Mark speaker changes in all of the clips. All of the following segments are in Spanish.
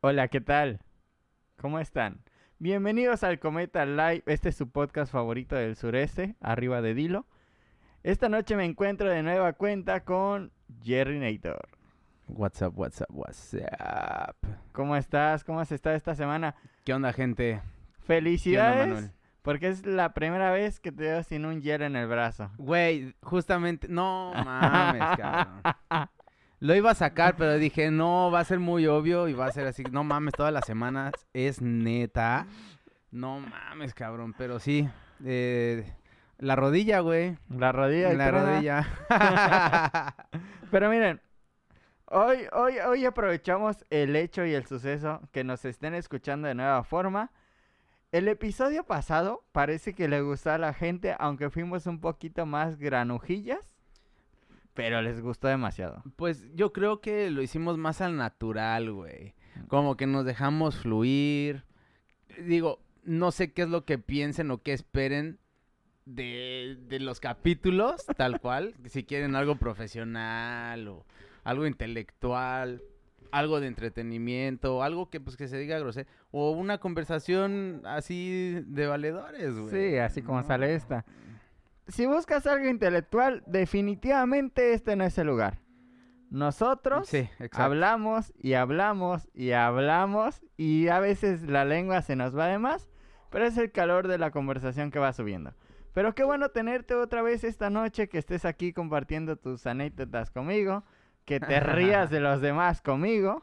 Speaker 1: Hola, ¿qué tal? ¿Cómo están? Bienvenidos al Cometa Live, este es su podcast favorito del sureste, arriba de Dilo. Esta noche me encuentro de nueva cuenta con Jerry Nator.
Speaker 2: What's up, what's up, what's up.
Speaker 1: ¿Cómo estás? ¿Cómo has estado esta semana?
Speaker 2: ¿Qué onda, gente? ¿Qué onda,
Speaker 1: Felicidades,
Speaker 2: Manuel?
Speaker 1: porque es la primera vez que te veo sin un Jerry en el brazo.
Speaker 2: Güey, justamente. No mames, cabrón. Lo iba a sacar, pero dije, no, va a ser muy obvio y va a ser así. No mames, todas las semanas es neta. No mames, cabrón, pero sí. eh, la rodilla, güey.
Speaker 1: La rodilla.
Speaker 2: La
Speaker 1: truena.
Speaker 2: rodilla.
Speaker 1: Pero miren, hoy, hoy, hoy aprovechamos el hecho y el suceso que nos estén escuchando de nueva forma. El episodio pasado parece que le gustó a la gente, aunque fuimos un poquito más granujillas, pero les gustó demasiado.
Speaker 2: Pues yo creo que lo hicimos más al natural, güey.
Speaker 1: Mm.
Speaker 2: Como que nos dejamos fluir. Digo, no sé qué es lo que piensen o qué esperen de, de los capítulos, tal cual. Si quieren algo profesional o algo intelectual, algo de entretenimiento, algo que pues que se diga grosero. O una conversación así de valedores, Pues, güey.
Speaker 1: Sí, así como
Speaker 2: ¿no?
Speaker 1: sale esta. Si buscas algo intelectual, definitivamente este no es el lugar. Nosotros
Speaker 2: Sí, exacto.
Speaker 1: Hablamos y hablamos y hablamos y a veces la lengua se nos va de más, pero es el calor de la conversación que va subiendo. Pero qué bueno tenerte otra vez esta noche, que estés aquí compartiendo tus anécdotas conmigo, que te rías de los demás conmigo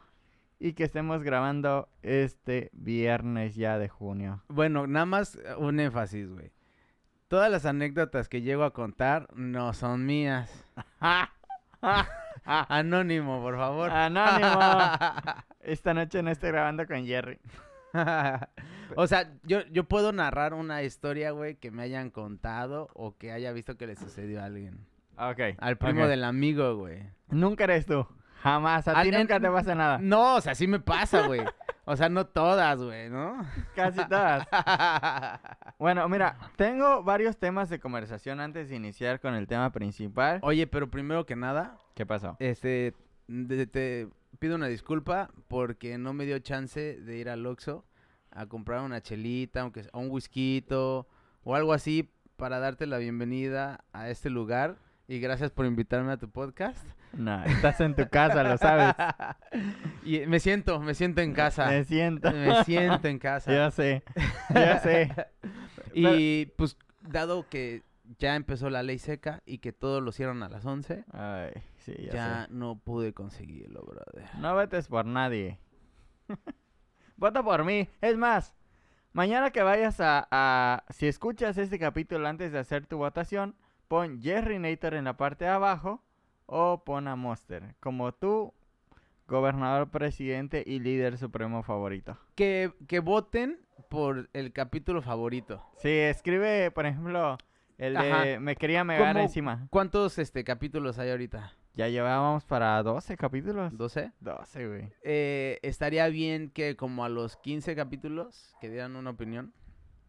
Speaker 1: y que estemos grabando este viernes ya de junio.
Speaker 2: Bueno, nada más eh, un énfasis, güey. Todas las anécdotas que llego a contar no son mías. Anónimo, Ah, por favor.
Speaker 1: Anónimo, esta noche no estoy grabando con Jerry.
Speaker 2: o sea, yo, yo puedo narrar una historia, güey, que me hayan contado o que haya visto que le sucedió a alguien.
Speaker 1: Ok.
Speaker 2: Al primo
Speaker 1: ok.
Speaker 2: del amigo, güey.
Speaker 1: Nunca eres tú. Jamás. A ti
Speaker 2: Al- en-
Speaker 1: nunca te pasa nada.
Speaker 2: No, o sea, sí me pasa, güey. O sea, no todas, güey, ¿no?
Speaker 1: Casi todas. Bueno, mira, tengo varios temas de conversación antes de iniciar con el tema principal.
Speaker 2: Oye, pero primero que nada,
Speaker 1: ¿Qué pasó?
Speaker 2: Este, de- te pido una disculpa porque no me dio chance de ir al Oxxo a comprar una chelita, aunque sea- o un whisky o algo así para darte la bienvenida a este lugar y gracias por invitarme a tu podcast.
Speaker 1: No, estás en tu casa, lo sabes.
Speaker 2: y me siento, me siento en casa.
Speaker 1: Me siento.
Speaker 2: Me siento en casa.
Speaker 1: Yo sé. Yo sé.
Speaker 2: Y pues dado que ya empezó la ley seca y que todos lo cierran a las 11,
Speaker 1: Ay, sí, ya,
Speaker 2: ya, no pude conseguirlo, brother.
Speaker 1: sé. No votes por nadie. Vota por mí. Es más, mañana que vayas a, a- Si escuchas este capítulo antes de hacer tu votación, pon Jerry Nator en la parte de abajo o pon a Monster. Como tú, gobernador, presidente y líder supremo favorito.
Speaker 2: que, que voten por el capítulo favorito.
Speaker 1: Sí, escribe, por ejemplo, el de
Speaker 2: Ajá.
Speaker 1: Me quería megar
Speaker 2: ¿Cómo?
Speaker 1: encima.
Speaker 2: ¿Cuántos este, capítulos hay ahorita?
Speaker 1: Ya llevábamos para 12 capítulos.
Speaker 2: ¿12?
Speaker 1: 12, güey.
Speaker 2: Eh, estaría bien que como a los 15 capítulos que dieran una opinión,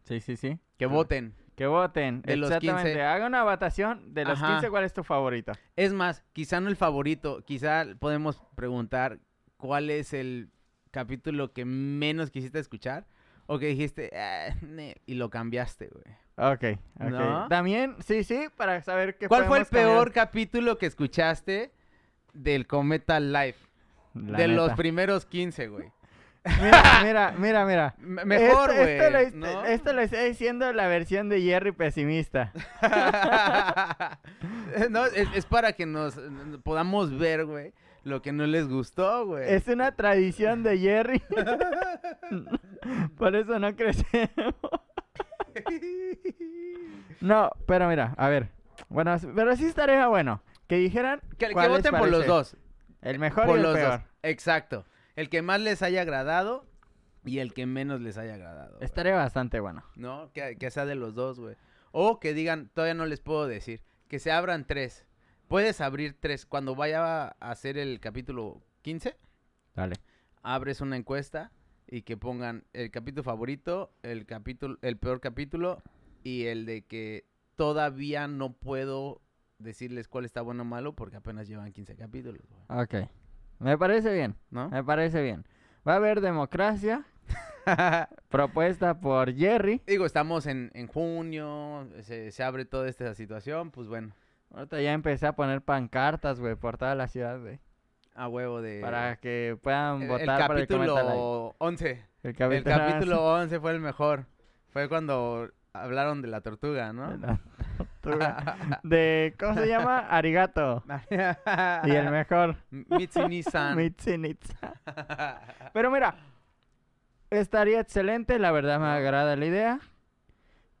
Speaker 1: Sí, sí, sí.
Speaker 2: que
Speaker 1: Claro.
Speaker 2: voten.
Speaker 1: Que voten.
Speaker 2: De los
Speaker 1: Exactamente.
Speaker 2: 15.
Speaker 1: Haga una votación de los
Speaker 2: Ajá.
Speaker 1: 15, ¿cuál es tu favorito?
Speaker 2: Es más, quizá no el favorito, quizá podemos preguntar cuál es el capítulo que menos quisiste escuchar o que dijiste "Ah, ne", y lo cambiaste, güey.
Speaker 1: Ok, ok.
Speaker 2: ¿No?
Speaker 1: También, sí, sí, para saber qué
Speaker 2: ¿Cuál fue el
Speaker 1: podemos cambiar.
Speaker 2: peor capítulo que escuchaste del Cometa Live?
Speaker 1: La
Speaker 2: de los
Speaker 1: neta.
Speaker 2: primeros 15, güey.
Speaker 1: Mira, mira, mira, mira.
Speaker 2: Me- Mejor,
Speaker 1: Esto-
Speaker 2: güey.
Speaker 1: Esto, lo-
Speaker 2: ¿no?
Speaker 1: esto lo está diciendo la versión de Jerry pesimista.
Speaker 2: No, es, es para que nos n- podamos ver, güey, lo que no les gustó, güey.
Speaker 1: Es una tradición de Jerry. Por eso no crecemos. No, pero mira, a ver. Bueno, s- pero sí estaría bueno que dijeran
Speaker 2: Que, que
Speaker 1: cuál les
Speaker 2: voten por los
Speaker 1: parece
Speaker 2: dos.
Speaker 1: El mejor
Speaker 2: por
Speaker 1: y el
Speaker 2: los
Speaker 1: peor.
Speaker 2: dos. Exacto. El que más les haya agradado y el que menos les haya agradado. güey.
Speaker 1: Estaría bastante bueno.
Speaker 2: ¿No? Que, que sea de los dos, güey. O que digan, todavía no les puedo decir. Que se abran tres. Puedes abrir tres. Cuando vaya a hacer el capítulo 15,
Speaker 1: Dale.
Speaker 2: abres una encuesta y que pongan el capítulo favorito, el capítulo, el peor capítulo y el de que todavía no puedo decirles cuál está bueno o malo porque apenas llevan 15 capítulos, güey,
Speaker 1: Ok. Me parece bien.
Speaker 2: ¿no?
Speaker 1: Me parece bien. Va a haber democracia propuesta por Jerry.
Speaker 2: Digo, estamos en, en junio, se, se abre toda esta situación, pues bueno,
Speaker 1: Ahorita ya empecé a poner pancartas, güey, por toda la ciudad, güey.
Speaker 2: a huevo de...
Speaker 1: para que puedan
Speaker 2: Eh, el, el
Speaker 1: votar por el cometa like.
Speaker 2: capítulo 11.
Speaker 1: El
Speaker 2: El
Speaker 1: capítulo.
Speaker 2: capítulo 11 fue el mejor. Fue cuando hablaron de la tortuga,
Speaker 1: de
Speaker 2: ¿no?
Speaker 1: la tortuga. De, ¿cómo se llama? Arigato. Y el mejor.
Speaker 2: Mitzi Nissan.
Speaker 1: Mitsinitsa. Pero mira, estaría excelente, la verdad me agrada la idea.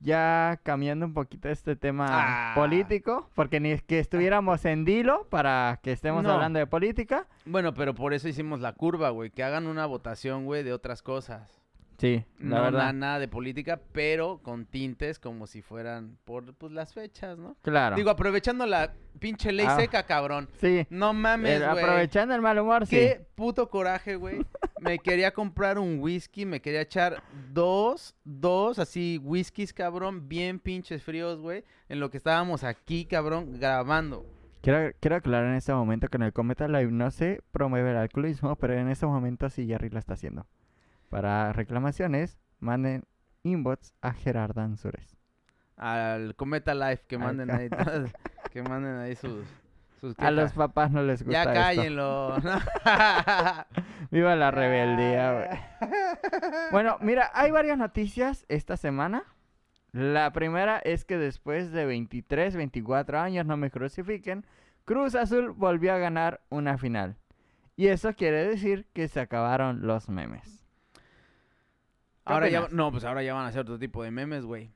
Speaker 1: Ya cambiando un poquito este tema
Speaker 2: Ah.
Speaker 1: político, porque ni es que estuviéramos en Dilo para que estemos
Speaker 2: No.
Speaker 1: hablando de política.
Speaker 2: Bueno, pero por eso hicimos la curva, güey. Que hagan una votación, güey, de otras cosas.
Speaker 1: Sí, la
Speaker 2: no
Speaker 1: verdad.
Speaker 2: na- nada de política, pero con tintes como si fueran por pues, las fechas, ¿no?
Speaker 1: Claro.
Speaker 2: Digo, aprovechando la pinche ley
Speaker 1: Ah.
Speaker 2: seca, cabrón.
Speaker 1: sí.
Speaker 2: No mames,
Speaker 1: eh, pues
Speaker 2: güey.
Speaker 1: aprovechando el mal humor,
Speaker 2: Qué puto coraje, güey. Me quería comprar un whisky, me quería echar dos, dos, así, whiskies, cabrón, bien pinches fríos, güey. En lo que estábamos aquí, cabrón, grabando.
Speaker 1: sí. Quiero, quiero aclarar en este momento que en el Cometa Live no se promueve el alcoholismo, pero en este momento sí Jerry lo está haciendo. Para reclamaciones, manden inbox a Gerard Ansures.
Speaker 2: Al Cometa Life, que
Speaker 1: Al
Speaker 2: manden
Speaker 1: ca-
Speaker 2: ahí, todas- que manden ahí sus, sus
Speaker 1: A
Speaker 2: quejas.
Speaker 1: los papás no les gusta
Speaker 2: Ya
Speaker 1: esto.
Speaker 2: cállenlo. Ah. ¿no?
Speaker 1: Viva la rebeldía, güey. Bueno, mira, hay varias noticias esta semana. La primera es que después de 23, 24 años, no me crucifiquen, Cruz Azul volvió a ganar una final. Y eso quiere decir que se acabaron los memes. ¿Qué
Speaker 2: Ahora ya,
Speaker 1: opinas?
Speaker 2: no, pues ahora ya van a hacer otro tipo de memes, güey.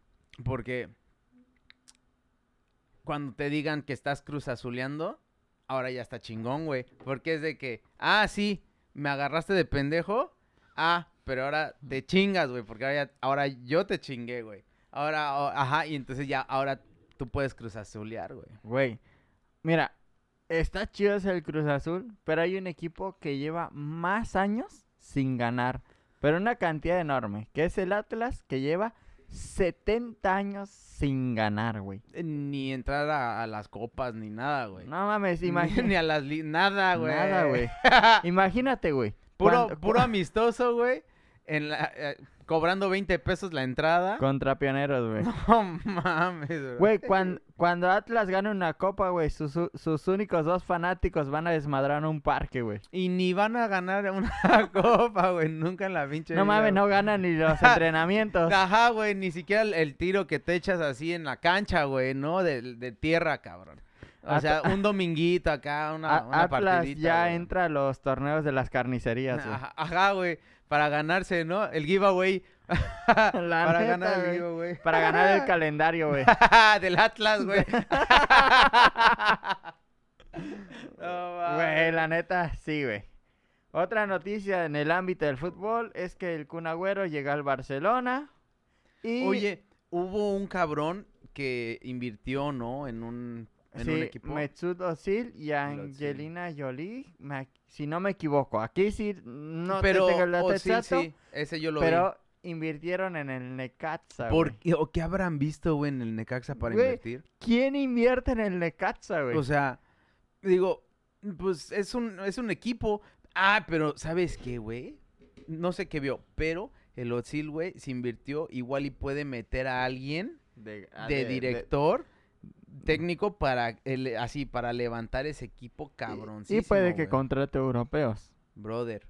Speaker 2: Porque cuando te digan que estás cruzazuleando, ahora ya está chingón, güey. Porque es de que, ah, sí, me agarraste de pendejo. Ah, pero ahora te chingas, güey. Porque ahora, ya- ahora yo te chingué, güey. Ahora, o- ajá, y entonces ya, ahora tú puedes cruzazulear, güey.
Speaker 1: Güey, mira, está chido ser el Cruz Azul, pero hay un equipo que lleva más años sin ganar, pero una cantidad enorme, que es el Atlas, que lleva 70 años sin ganar, güey.
Speaker 2: Eh, Ni entrar a, a las copas, ni nada, güey.
Speaker 1: No mames,
Speaker 2: Ni-
Speaker 1: imagínate.
Speaker 2: Ni a las... li- Nada, güey.
Speaker 1: Nada, güey. Imagínate, güey.
Speaker 2: Puro,
Speaker 1: cuando-
Speaker 2: puro amistoso, güey. En la, eh, cobrando 20 pesos la entrada.
Speaker 1: Contra pioneros, güey.
Speaker 2: No mames, bro.
Speaker 1: Güey, cuan- cuando Atlas gana una copa, güey, sus, u- sus únicos dos fanáticos van a desmadrar un parque, güey.
Speaker 2: Y ni van a ganar una copa, güey. Nunca en la pinche. vida,
Speaker 1: No mames,
Speaker 2: güey.
Speaker 1: no ganan ni los entrenamientos.
Speaker 2: Ajá, güey. Ni siquiera el, el tiro que te echas así en la cancha, güey, ¿no? De, de tierra, cabrón. O
Speaker 1: At-
Speaker 2: sea, un dominguito acá, una,
Speaker 1: A-
Speaker 2: una
Speaker 1: Atlas
Speaker 2: partidita.
Speaker 1: ya
Speaker 2: güey.
Speaker 1: entra a los torneos de las carnicerías, güey.
Speaker 2: Ajá, Ajá, güey. Para ganarse, ¿no? El giveaway.
Speaker 1: La
Speaker 2: para
Speaker 1: neta,
Speaker 2: ganar el
Speaker 1: güey.
Speaker 2: giveaway.
Speaker 1: Para ganar el calendario, güey.
Speaker 2: Del Atlas, güey. No
Speaker 1: Güey,
Speaker 2: mames.
Speaker 1: la neta, sí, güey. Otra noticia en el ámbito del fútbol es que el Kun Agüero llega al Barcelona. Y
Speaker 2: Oye, hubo un cabrón que invirtió, ¿no? En un, en un
Speaker 1: Sí,
Speaker 2: equipo.
Speaker 1: Mesut Özil y Angelina Jolie, me- si no me equivoco. Aquí sí no te
Speaker 2: pero,
Speaker 1: tengo el dato
Speaker 2: oh, sí,
Speaker 1: exacto,
Speaker 2: sí, ese yo lo vi.
Speaker 1: pero invirtieron en el Necaxa,
Speaker 2: ¿Por
Speaker 1: güey.
Speaker 2: qué, ¿O qué habrán visto, güey, en el Necaxa para
Speaker 1: Güey,
Speaker 2: invertir?
Speaker 1: ¿Quién invierte en el Necaxa, güey?
Speaker 2: O sea, digo, pues es un, es un equipo. Ah, pero ¿sabes qué, güey? No sé qué vio, pero el Otzil, güey, se invirtió igual y puede meter a alguien
Speaker 1: de,
Speaker 2: Ah, de director técnico para el, así para levantar ese equipo cabrón.
Speaker 1: Y puede que contrate europeos.
Speaker 2: Brother.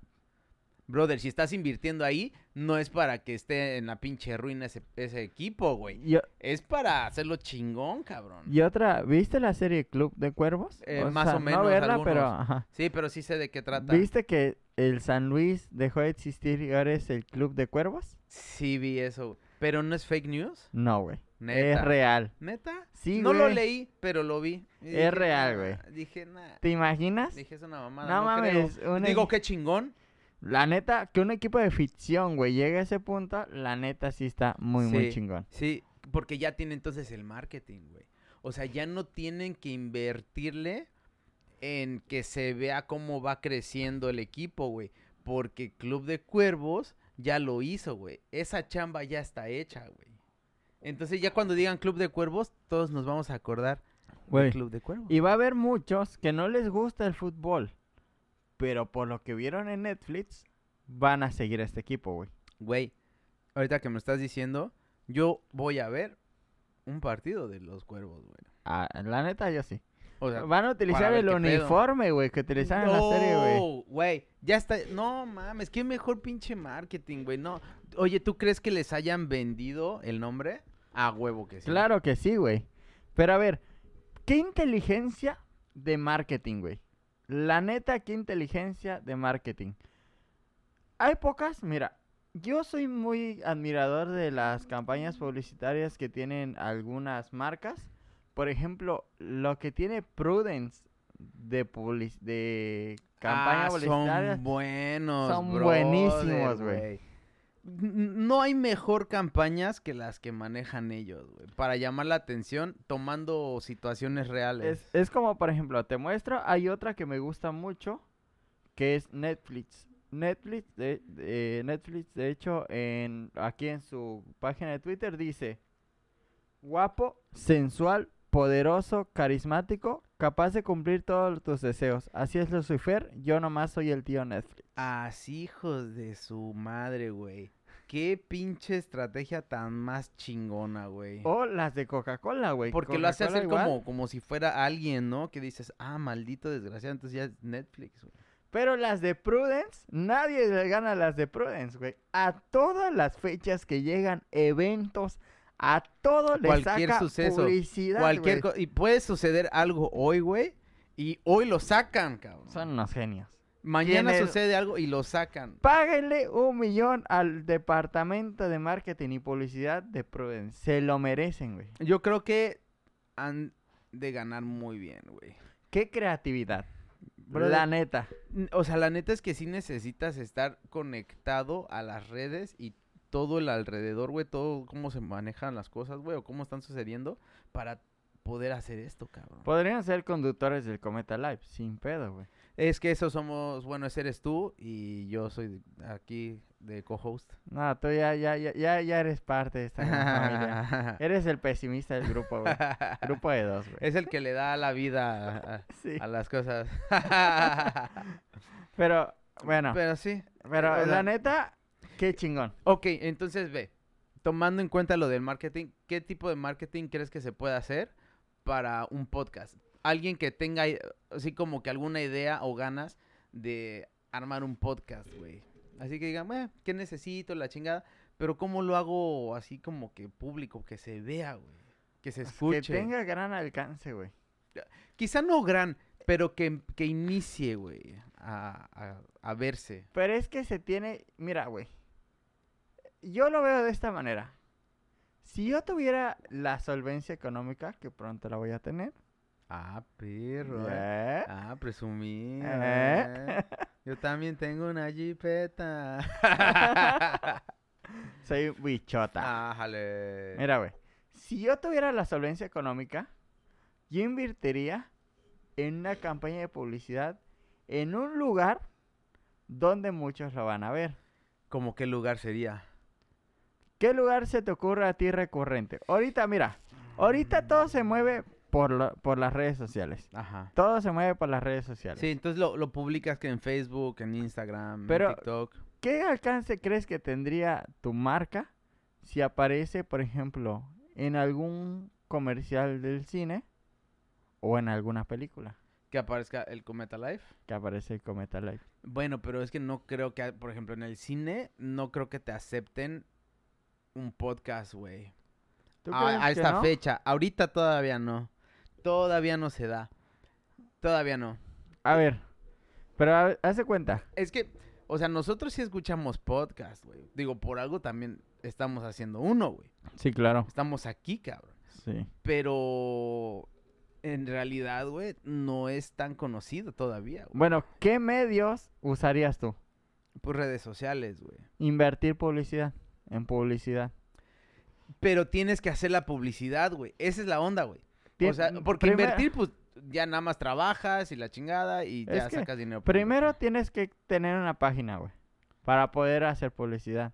Speaker 2: Brother, si estás invirtiendo ahí, no es para que esté en la pinche ruina ese, ese equipo, güey.
Speaker 1: Y, o-
Speaker 2: Es para hacerlo chingón, cabrón.
Speaker 1: y otra, ¿viste la serie Club de Cuervos?
Speaker 2: Eh, más o
Speaker 1: No
Speaker 2: menos,
Speaker 1: verla, pero...
Speaker 2: algunos.
Speaker 1: ajá.
Speaker 2: Sí, pero sí sé de qué trata.
Speaker 1: ¿Viste que el San Luis dejó de existir y ahora es el Club de Cuervos?
Speaker 2: Sí vi eso. Pero no es fake news.
Speaker 1: No, güey.
Speaker 2: Neta.
Speaker 1: Es real.
Speaker 2: ¿Neta?
Speaker 1: Sí,
Speaker 2: No lo
Speaker 1: güey.
Speaker 2: leí, pero lo vi. Y
Speaker 1: Es real, güey.
Speaker 2: "Nah", Dije, nah.
Speaker 1: ¿Te imaginas?
Speaker 2: Dije, es una
Speaker 1: No,
Speaker 2: mamada. No,
Speaker 1: mames.
Speaker 2: mames.
Speaker 1: un
Speaker 2: Digo,
Speaker 1: equi-
Speaker 2: qué chingón.
Speaker 1: La neta, que un equipo de ficción, güey, llegue a ese punto, la neta sí está muy, muy
Speaker 2: Sí.
Speaker 1: chingón.
Speaker 2: Sí, porque ya tiene entonces el marketing, güey. O sea, ya no tienen que invertirle en que se vea cómo va creciendo el equipo, güey. Porque Club de Cuervos ya lo hizo, güey. Esa chamba ya está hecha, güey. Entonces ya cuando digan Club de Cuervos, todos nos vamos a acordar del
Speaker 1: Güey.
Speaker 2: Club de Cuervos.
Speaker 1: Y va a haber muchos que no les gusta el fútbol, pero por lo que vieron en Netflix, van a seguir a este equipo, güey.
Speaker 2: Güey, ahorita que me estás diciendo, yo voy a ver un partido de los cuervos, güey.
Speaker 1: Ah, la neta, yo sí.
Speaker 2: O sea,
Speaker 1: Van a utilizar
Speaker 2: ver
Speaker 1: el
Speaker 2: qué pedo.
Speaker 1: uniforme, güey, que utilizaron en la serie, güey.
Speaker 2: No, güey, ya está. No mames, qué mejor pinche marketing, güey. No. Oye, ¿tú crees que les hayan vendido el nombre? A huevo que sí.
Speaker 1: Claro que sí, güey. Pero a ver, ¿qué inteligencia de marketing, güey? La neta, ¿qué inteligencia de marketing? Hay pocas, mira, yo soy muy admirador de las campañas publicitarias que tienen algunas marcas. Por ejemplo, lo que tiene Prudence de, public- de campaña
Speaker 2: Ah,
Speaker 1: publicitaria.
Speaker 2: son buenos,
Speaker 1: son
Speaker 2: brother,
Speaker 1: buenísimos, güey.
Speaker 2: N- No hay mejor campañas que las que manejan ellos, güey. Para llamar la atención tomando situaciones reales.
Speaker 1: Es, es como, por ejemplo, te muestro, hay otra que me gusta mucho, que es Netflix. Netflix, de, de- Netflix, de hecho, en, aquí en su página de Twitter dice, guapo, sensual, poderoso, carismático, capaz de cumplir todos tus deseos. Así es Lucifer, yo nomás soy el tío Netflix.
Speaker 2: Así, hijos de su madre, güey. Qué pinche estrategia tan más chingona, güey.
Speaker 1: O las de Coca-Cola, güey.
Speaker 2: Porque lo hace
Speaker 1: Coca-Cola
Speaker 2: hacer
Speaker 1: igual,
Speaker 2: como, como si fuera alguien, ¿no? Que dices, ah, maldito desgraciado, entonces ya es Netflix, güey.
Speaker 1: Pero las de Prudence, nadie le gana a las de Prudence, güey. A todas las fechas que llegan, eventos, a todo le
Speaker 2: Cualquier
Speaker 1: saca
Speaker 2: suceso,
Speaker 1: publicidad,
Speaker 2: Cualquier
Speaker 1: güey.
Speaker 2: cosa. Y puede suceder algo hoy, güey, y hoy lo sacan, cabrón.
Speaker 1: Son unos genios.
Speaker 2: Mañana
Speaker 1: ¿Quién es?
Speaker 2: sucede algo y lo sacan.
Speaker 1: Páguenle un millón al departamento de marketing y publicidad de Prudence. Se lo merecen, güey.
Speaker 2: Yo creo que han de ganar muy bien, güey.
Speaker 1: Qué creatividad.
Speaker 2: Brother.
Speaker 1: La neta.
Speaker 2: N- O sea, la neta es que sí necesitas estar conectado a las redes y todo el alrededor, güey, todo cómo se manejan las cosas, güey, o cómo están sucediendo para poder hacer esto, cabrón.
Speaker 1: Podrían ser conductores del Cometa Live, sin pedo, güey.
Speaker 2: Es que eso somos, bueno, ese eres tú y yo soy de- aquí de co-host.
Speaker 1: No, tú ya, ya, ya, ya, ya eres parte de esta gran familia. Eres el pesimista del grupo, güey. Grupo de dos, güey.
Speaker 2: es el que le da la vida a, a-
Speaker 1: Sí.
Speaker 2: a las cosas.
Speaker 1: Pero, bueno,
Speaker 2: Pero
Speaker 1: pero,
Speaker 2: sí. o
Speaker 1: la
Speaker 2: sea-
Speaker 1: neta, qué chingón.
Speaker 2: Ok, entonces ve, tomando en cuenta lo del marketing, ¿qué tipo de marketing crees que se puede hacer para un podcast? Alguien que tenga eh, así como que alguna idea o ganas de armar un podcast, güey. Así que digan, "Bueno, ¿qué necesito? La chingada. Pero ¿cómo lo hago así como que público, que se vea, güey? Pues Que se escuche.
Speaker 1: Que tenga gran alcance, güey.
Speaker 2: Quizá no gran, pero que, que inicie, güey, a, a- a verse.
Speaker 1: Pero es que se tiene, mira, güey. Yo lo veo de esta manera. Si yo tuviera la solvencia económica, que pronto la voy a tener.
Speaker 2: Ah, perro. eh.
Speaker 1: ¿eh?
Speaker 2: Ah, presumí.
Speaker 1: ¿Eh?
Speaker 2: Yo también tengo una jipeta.
Speaker 1: Soy bichota.
Speaker 2: Ájale.
Speaker 1: Mira, güey. Si yo tuviera la solvencia económica, yo invertiría en una campaña de publicidad en un lugar donde muchos lo van a ver.
Speaker 2: ¿Cómo qué lugar sería?
Speaker 1: ¿Qué lugar se te ocurre a ti recurrente? Ahorita, mira, ahorita todo se mueve por, lo- por las redes sociales.
Speaker 2: Ajá.
Speaker 1: Todo se mueve por las redes sociales.
Speaker 2: Sí, entonces lo, lo publicas que en Facebook, en Instagram,
Speaker 1: Pero-
Speaker 2: en TikTok.
Speaker 1: ¿Qué alcance crees que tendría tu marca si aparece, por ejemplo, en algún comercial del cine o en alguna película
Speaker 2: Que aparezca el Cometa Life.
Speaker 1: que aparece el Cometa Live?
Speaker 2: Bueno, pero es que no creo que, por ejemplo, en el cine, no creo que te acepten un podcast, güey.
Speaker 1: ¿Tú crees
Speaker 2: Ah, a, a
Speaker 1: que
Speaker 2: esta
Speaker 1: no?
Speaker 2: fecha. Ahorita todavía no. Todavía no se da. Todavía no.
Speaker 1: A ver, pero a- hace cuenta.
Speaker 2: Es que, o sea, nosotros sí escuchamos podcast, güey. Digo, por algo también estamos haciendo uno, güey.
Speaker 1: Sí, claro.
Speaker 2: Estamos aquí, cabrón.
Speaker 1: Sí.
Speaker 2: Pero en realidad, güey, no es tan conocido todavía, güey.
Speaker 1: Bueno, ¿qué medios usarías tú?
Speaker 2: Por redes sociales, güey.
Speaker 1: Invertir publicidad en publicidad.
Speaker 2: Pero tienes que hacer la publicidad, güey. Esa es la onda, güey. O
Speaker 1: Tien-
Speaker 2: sea, porque
Speaker 1: primer-
Speaker 2: invertir, pues, ya nada más trabajas y la chingada y
Speaker 1: Es
Speaker 2: ya
Speaker 1: que
Speaker 2: sacas dinero. público.
Speaker 1: Primero tienes que tener una página, güey. Para poder hacer publicidad.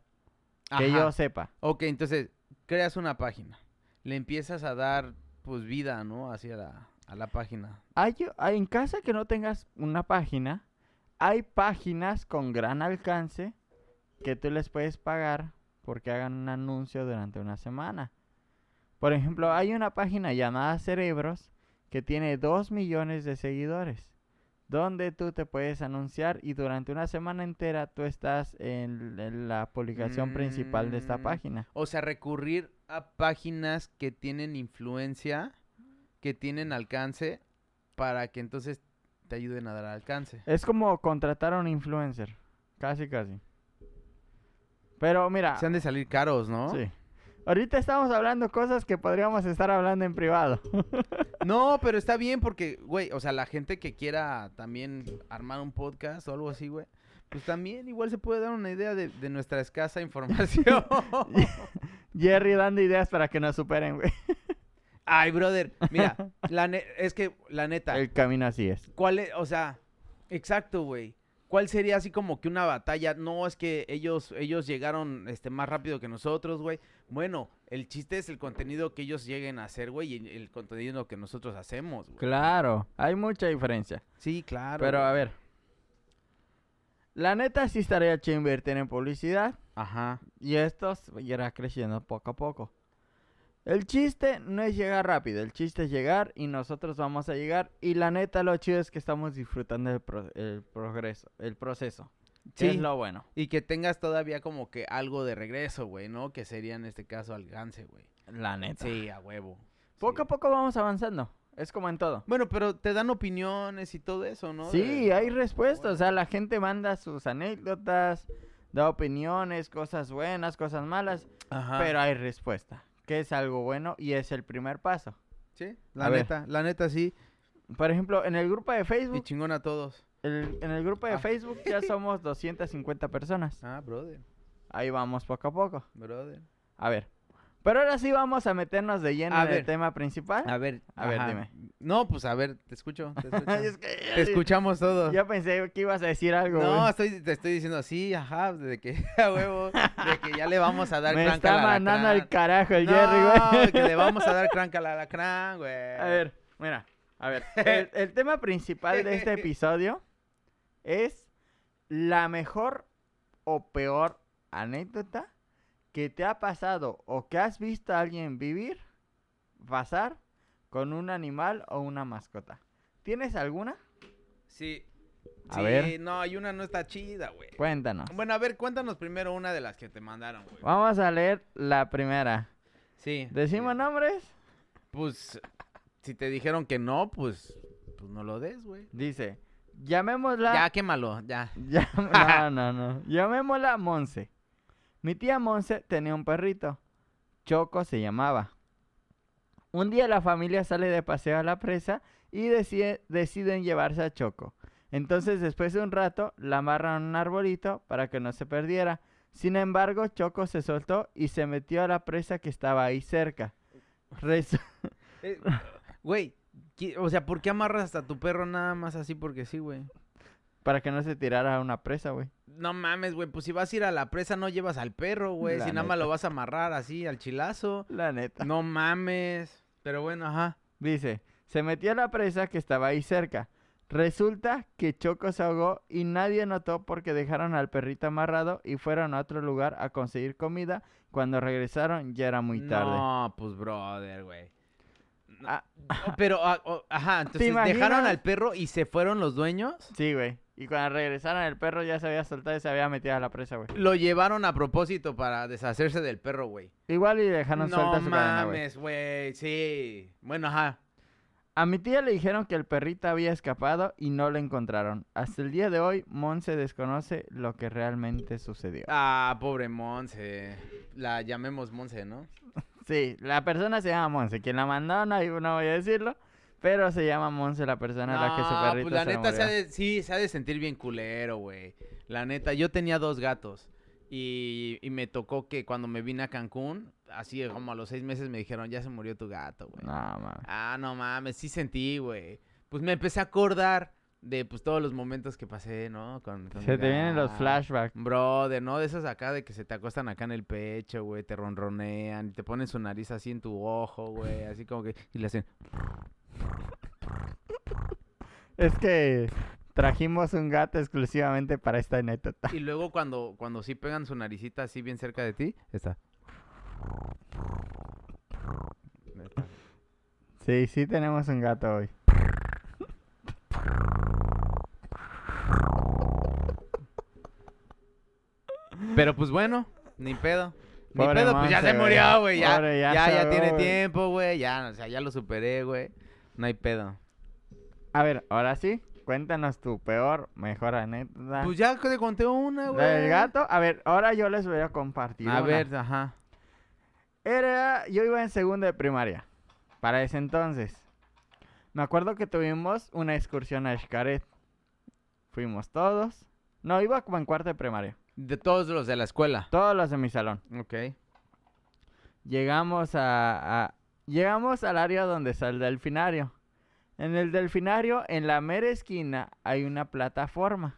Speaker 2: Ajá.
Speaker 1: Que yo sepa.
Speaker 2: Ok, entonces, creas una página. Le empiezas a dar, pues, vida, ¿no? Hacia la, a la página.
Speaker 1: Hay, hay- en caso de que no tengas una página, hay páginas con gran alcance que tú les puedes pagar porque hagan un anuncio durante una semana. Por ejemplo, hay una página llamada Cerebros que tiene 2 millones de seguidores, donde tú te puedes anunciar y durante una semana entera tú estás en, en la publicación principal de esta
Speaker 2: Mm.
Speaker 1: página.
Speaker 2: O sea, recurrir a páginas que tienen influencia, que tienen alcance, para que entonces te ayuden a dar alcance.
Speaker 1: Es como contratar a un influencer, casi casi. Pero mira,
Speaker 2: Se han de salir caros, ¿no?
Speaker 1: Ah. sí. Ahorita estamos hablando cosas que podríamos estar hablando en privado.
Speaker 2: No, pero está bien porque, güey, o sea, la gente que quiera también armar un podcast o algo así, güey, pues también igual se puede dar una idea de, de nuestra escasa información.
Speaker 1: Jerry dando ideas para que nos superen, güey.
Speaker 2: Ay, brother, mira, la ne- es que, la neta,
Speaker 1: El camino así es.
Speaker 2: ¿Cuál es, o sea, exacto, güey? ¿Cuál sería así como que una batalla? No, es que ellos, ellos llegaron este, más rápido que nosotros, güey. Bueno, el chiste es el contenido que ellos lleguen a hacer, güey, y el- el contenido que nosotros hacemos, güey.
Speaker 1: Claro, hay mucha diferencia.
Speaker 2: Sí, claro.
Speaker 1: Pero
Speaker 2: güey.
Speaker 1: a ver. La neta sí estaría chido invertir en publicidad
Speaker 2: Ajá.
Speaker 1: y esto s- irá creciendo poco a poco. El chiste no es llegar rápido, el chiste es llegar y nosotros vamos a llegar y la neta lo chido es que estamos disfrutando el, pro- el progreso, el proceso.
Speaker 2: Sí.
Speaker 1: que Es lo bueno.
Speaker 2: Y que tengas todavía como que algo de regreso, güey, ¿no? Que sería en este caso alcance, güey.
Speaker 1: La neta.
Speaker 2: Sí, a huevo.
Speaker 1: Poco
Speaker 2: Sí.
Speaker 1: a poco vamos avanzando. Es como en todo.
Speaker 2: Bueno, pero te dan opiniones y todo eso, ¿no?
Speaker 1: Sí,
Speaker 2: De-
Speaker 1: hay respuestas. O sea, la gente manda sus anécdotas, da opiniones, cosas buenas, cosas malas,
Speaker 2: Ajá.
Speaker 1: pero hay respuesta, que es algo bueno y es el primer paso.
Speaker 2: Sí,
Speaker 1: A
Speaker 2: la
Speaker 1: ver.
Speaker 2: neta, la neta sí.
Speaker 1: Por ejemplo, en el grupo de
Speaker 2: Y
Speaker 1: Facebook,
Speaker 2: chingón a todos.
Speaker 1: el- en el grupo de
Speaker 2: Ah.
Speaker 1: Facebook ya somos 250 personas.
Speaker 2: Ah, brother.
Speaker 1: Ahí vamos poco a poco.
Speaker 2: Brother.
Speaker 1: A ver. Pero ahora sí vamos a meternos de lleno
Speaker 2: A
Speaker 1: en el
Speaker 2: ver.
Speaker 1: tema principal.
Speaker 2: A ver,
Speaker 1: A ver,
Speaker 2: ajá.
Speaker 1: dime.
Speaker 2: No, pues a ver, te escucho. Te, escucho.
Speaker 1: Es que-
Speaker 2: Te escuchamos todos.
Speaker 1: Yo pensé que ibas a decir algo.
Speaker 2: No,
Speaker 1: güey.
Speaker 2: estoy, te estoy diciendo así, ajá, de que a huevo, de que ya le vamos a dar
Speaker 1: Me
Speaker 2: cranca
Speaker 1: está
Speaker 2: al alacrán.
Speaker 1: mandando al carajo el
Speaker 2: no,
Speaker 1: Jerry, güey.
Speaker 2: que le vamos a dar cranca al alacrán, güey.
Speaker 1: A ver, mira, a ver. El, el tema principal de este episodio es la mejor o peor anécdota que te ha pasado o que has visto a alguien vivir, pasar con un animal o una mascota. ¿Tienes alguna?
Speaker 2: Sí.
Speaker 1: A
Speaker 2: sí,
Speaker 1: ver. Pues.
Speaker 2: no, y una no está chida, güey.
Speaker 1: Cuéntanos.
Speaker 2: Bueno, a ver, cuéntanos primero una de las que te mandaron, güey.
Speaker 1: Vamos a leer la primera.
Speaker 2: Sí.
Speaker 1: ¿Decimos nombres?
Speaker 2: Pues, si te dijeron que no, pues, pues no lo des, güey.
Speaker 1: Dice, llamémosla...
Speaker 2: Ya, quémalo, ya.
Speaker 1: Ya- no, no, no. Llamémosla Monse. Mi tía Monse tenía un perrito. Choco se llamaba. Un día la familia sale de paseo a la presa y decide- deciden llevarse a Choco. Entonces, después de un rato, la amarran a un arbolito para que no se perdiera. Sin embargo, Choco se soltó y se metió a la presa que estaba ahí cerca. Resu-
Speaker 2: Eh, Güey, qui- o sea, ¿por qué amarras a tu perro nada más así porque sí, güey?
Speaker 1: para que no se tirara a una presa, güey.
Speaker 2: No mames, güey, pues si vas a ir a la presa no llevas al perro, güey,
Speaker 1: La
Speaker 2: si nada más
Speaker 1: neta.
Speaker 2: lo vas a amarrar así al chilazo.
Speaker 1: La neta.
Speaker 2: No mames. Pero bueno, ajá.
Speaker 1: Dice, se metió a la presa que estaba ahí cerca. Resulta que Choco se ahogó y nadie notó porque dejaron al perrito amarrado y fueron a otro lugar a conseguir comida. Cuando regresaron ya era muy tarde.
Speaker 2: No, pues brother, güey. No.
Speaker 1: Ah,
Speaker 2: Oh, Pero, ah, oh, ajá, entonces dejaron
Speaker 1: imaginas?
Speaker 2: al perro y se fueron los dueños.
Speaker 1: sí, güey. Y cuando regresaron el perro ya se había soltado y se había metido a la presa, güey.
Speaker 2: Lo llevaron a propósito para deshacerse del perro, güey.
Speaker 1: Igual y dejaron
Speaker 2: Ah, No
Speaker 1: suelta su cadena, güey.
Speaker 2: mames, güey, sí. Bueno, ajá.
Speaker 1: A mi tía le dijeron que el perrito había escapado y no lo encontraron. Hasta el día de hoy, Monse desconoce lo que realmente sucedió.
Speaker 2: Ah, pobre Monse. La llamemos Monse, ¿no?
Speaker 1: Sí, la persona se llama Monse. Quien la mandó, no, hay- no voy a decirlo. Pero se llama Monse la persona a la que su
Speaker 2: No,
Speaker 1: perrito
Speaker 2: pues la
Speaker 1: se le
Speaker 2: neta se ha
Speaker 1: murió.
Speaker 2: de- sí, se ha de sentir bien culero, güey. La neta, yo tenía dos gatos. Y, y me tocó que cuando me vine a Cancún, así como a los seis meses me dijeron, ya se murió tu gato, güey.
Speaker 1: No, mames.
Speaker 2: Ah, no mames, sí sentí, güey. Pues me empecé a acordar de pues todos los momentos que pasé, ¿no? Con, con
Speaker 1: Se
Speaker 2: mi
Speaker 1: te vienen los
Speaker 2: gato.
Speaker 1: flashbacks.
Speaker 2: Brother, ¿no? De esas acá de que se te acostan acá en el pecho, güey, te ronronean, y te ponen su nariz así en tu ojo, güey, así como que... Y le hacen...
Speaker 1: Es que Trajimos un gato exclusivamente para esta anécdota.
Speaker 2: Y luego cuando, cuando sí pegan su naricita así bien cerca de ti, está. Neta.
Speaker 1: Sí, sí tenemos un gato hoy.
Speaker 2: Pero pues bueno, ni pedo. Ni
Speaker 1: Pobre
Speaker 2: pedo, pues ya
Speaker 1: Monse,
Speaker 2: se
Speaker 1: güey.
Speaker 2: murió, güey. Ya,
Speaker 1: Pobre,
Speaker 2: ya,
Speaker 1: ya
Speaker 2: ya,
Speaker 1: se ahogó,
Speaker 2: tiene
Speaker 1: güey.
Speaker 2: tiempo, güey. Ya, o sea, ya lo superé, güey. No hay pedo.
Speaker 1: A ver, ahora sí, cuéntanos tu peor, mejor anécdota.
Speaker 2: Pues ya te conté una, güey.
Speaker 1: Ah. ¿Del gato? A ver, ahora yo les voy a compartir.
Speaker 2: A
Speaker 1: una.
Speaker 2: ver, ajá.
Speaker 1: Era, yo iba en segundo de primaria, para ese entonces. Me acuerdo que tuvimos una excursión a Xcaret. Fuimos todos. No, iba como en cuarto de primaria.
Speaker 2: De todos los de la escuela.
Speaker 1: Todos los de mi salón.
Speaker 2: Ok.
Speaker 1: Llegamos a, a- llegamos al área donde está el delfinario. En el delfinario, en la mera esquina, hay una plataforma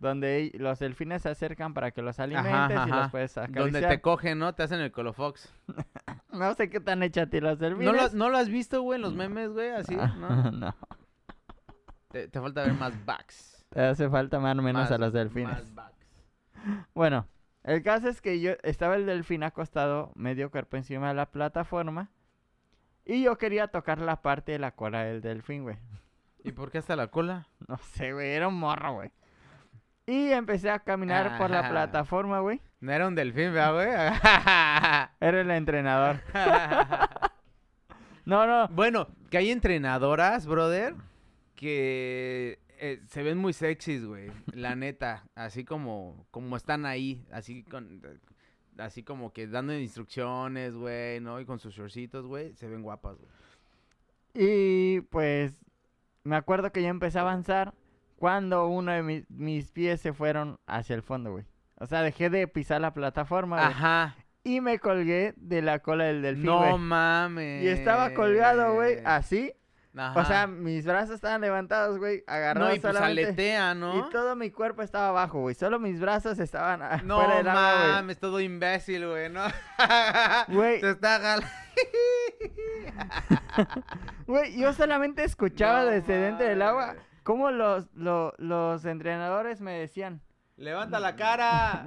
Speaker 1: donde i- los delfines se acercan para que los alimentes y los
Speaker 2: ajá.
Speaker 1: puedes
Speaker 2: Donde
Speaker 1: acariciar.
Speaker 2: te cogen, ¿no? Te hacen el colofox.
Speaker 1: No sé qué tan hecha a ti los delfines.
Speaker 2: ¿No lo, ¿No lo has visto, güey, en los memes, güey? Así,
Speaker 1: Ah.
Speaker 2: ¿no?
Speaker 1: no.
Speaker 2: Te, te falta ver más backs.
Speaker 1: Te hace falta más o menos a
Speaker 2: Más-
Speaker 1: los delfines.
Speaker 2: Más backs.
Speaker 1: Bueno, el caso es que yo estaba el delfín acostado medio cuerpo encima de la plataforma. Y yo quería tocar la parte de la cola del delfín, güey.
Speaker 2: ¿Y por qué hasta la cola?
Speaker 1: No sé, güey, era un morro, güey. Y empecé a caminar por la
Speaker 2: Ajá.
Speaker 1: plataforma, güey.
Speaker 2: No era un delfín, ¿verdad,
Speaker 1: Era el entrenador.
Speaker 2: güey?
Speaker 1: No, no.
Speaker 2: Bueno, que hay entrenadoras, brother, que eh, se ven muy sexys, güey. La neta, así como, como están ahí, así con, así como que dando instrucciones, güey, ¿no? Y con sus shortcitos, güey, se ven guapas, güey.
Speaker 1: Y pues me acuerdo que yo empecé a avanzar cuando uno de mi- mis pies se fueron hacia el fondo, güey. O sea, dejé de pisar la plataforma, güey.
Speaker 2: Ajá.
Speaker 1: Y me colgué de la cola del delfín,
Speaker 2: no
Speaker 1: güey.
Speaker 2: mames.
Speaker 1: Y estaba colgado, güey, así.
Speaker 2: Ajá.
Speaker 1: O sea, mis brazos estaban levantados, güey, agarrados
Speaker 2: no, y pues
Speaker 1: solamente.
Speaker 2: aletea, ¿no?
Speaker 1: Y todo mi cuerpo estaba abajo, güey. Solo mis brazos estaban
Speaker 2: No
Speaker 1: fuera del agua, güey.
Speaker 2: mames, todo imbécil, güey, ¿no?
Speaker 1: Güey.
Speaker 2: Se está jalando.
Speaker 1: Güey, yo solamente escuchaba
Speaker 2: No
Speaker 1: desde dentro del agua
Speaker 2: mames.
Speaker 1: cómo los, lo- los entrenadores me decían.
Speaker 2: Levanta la cara.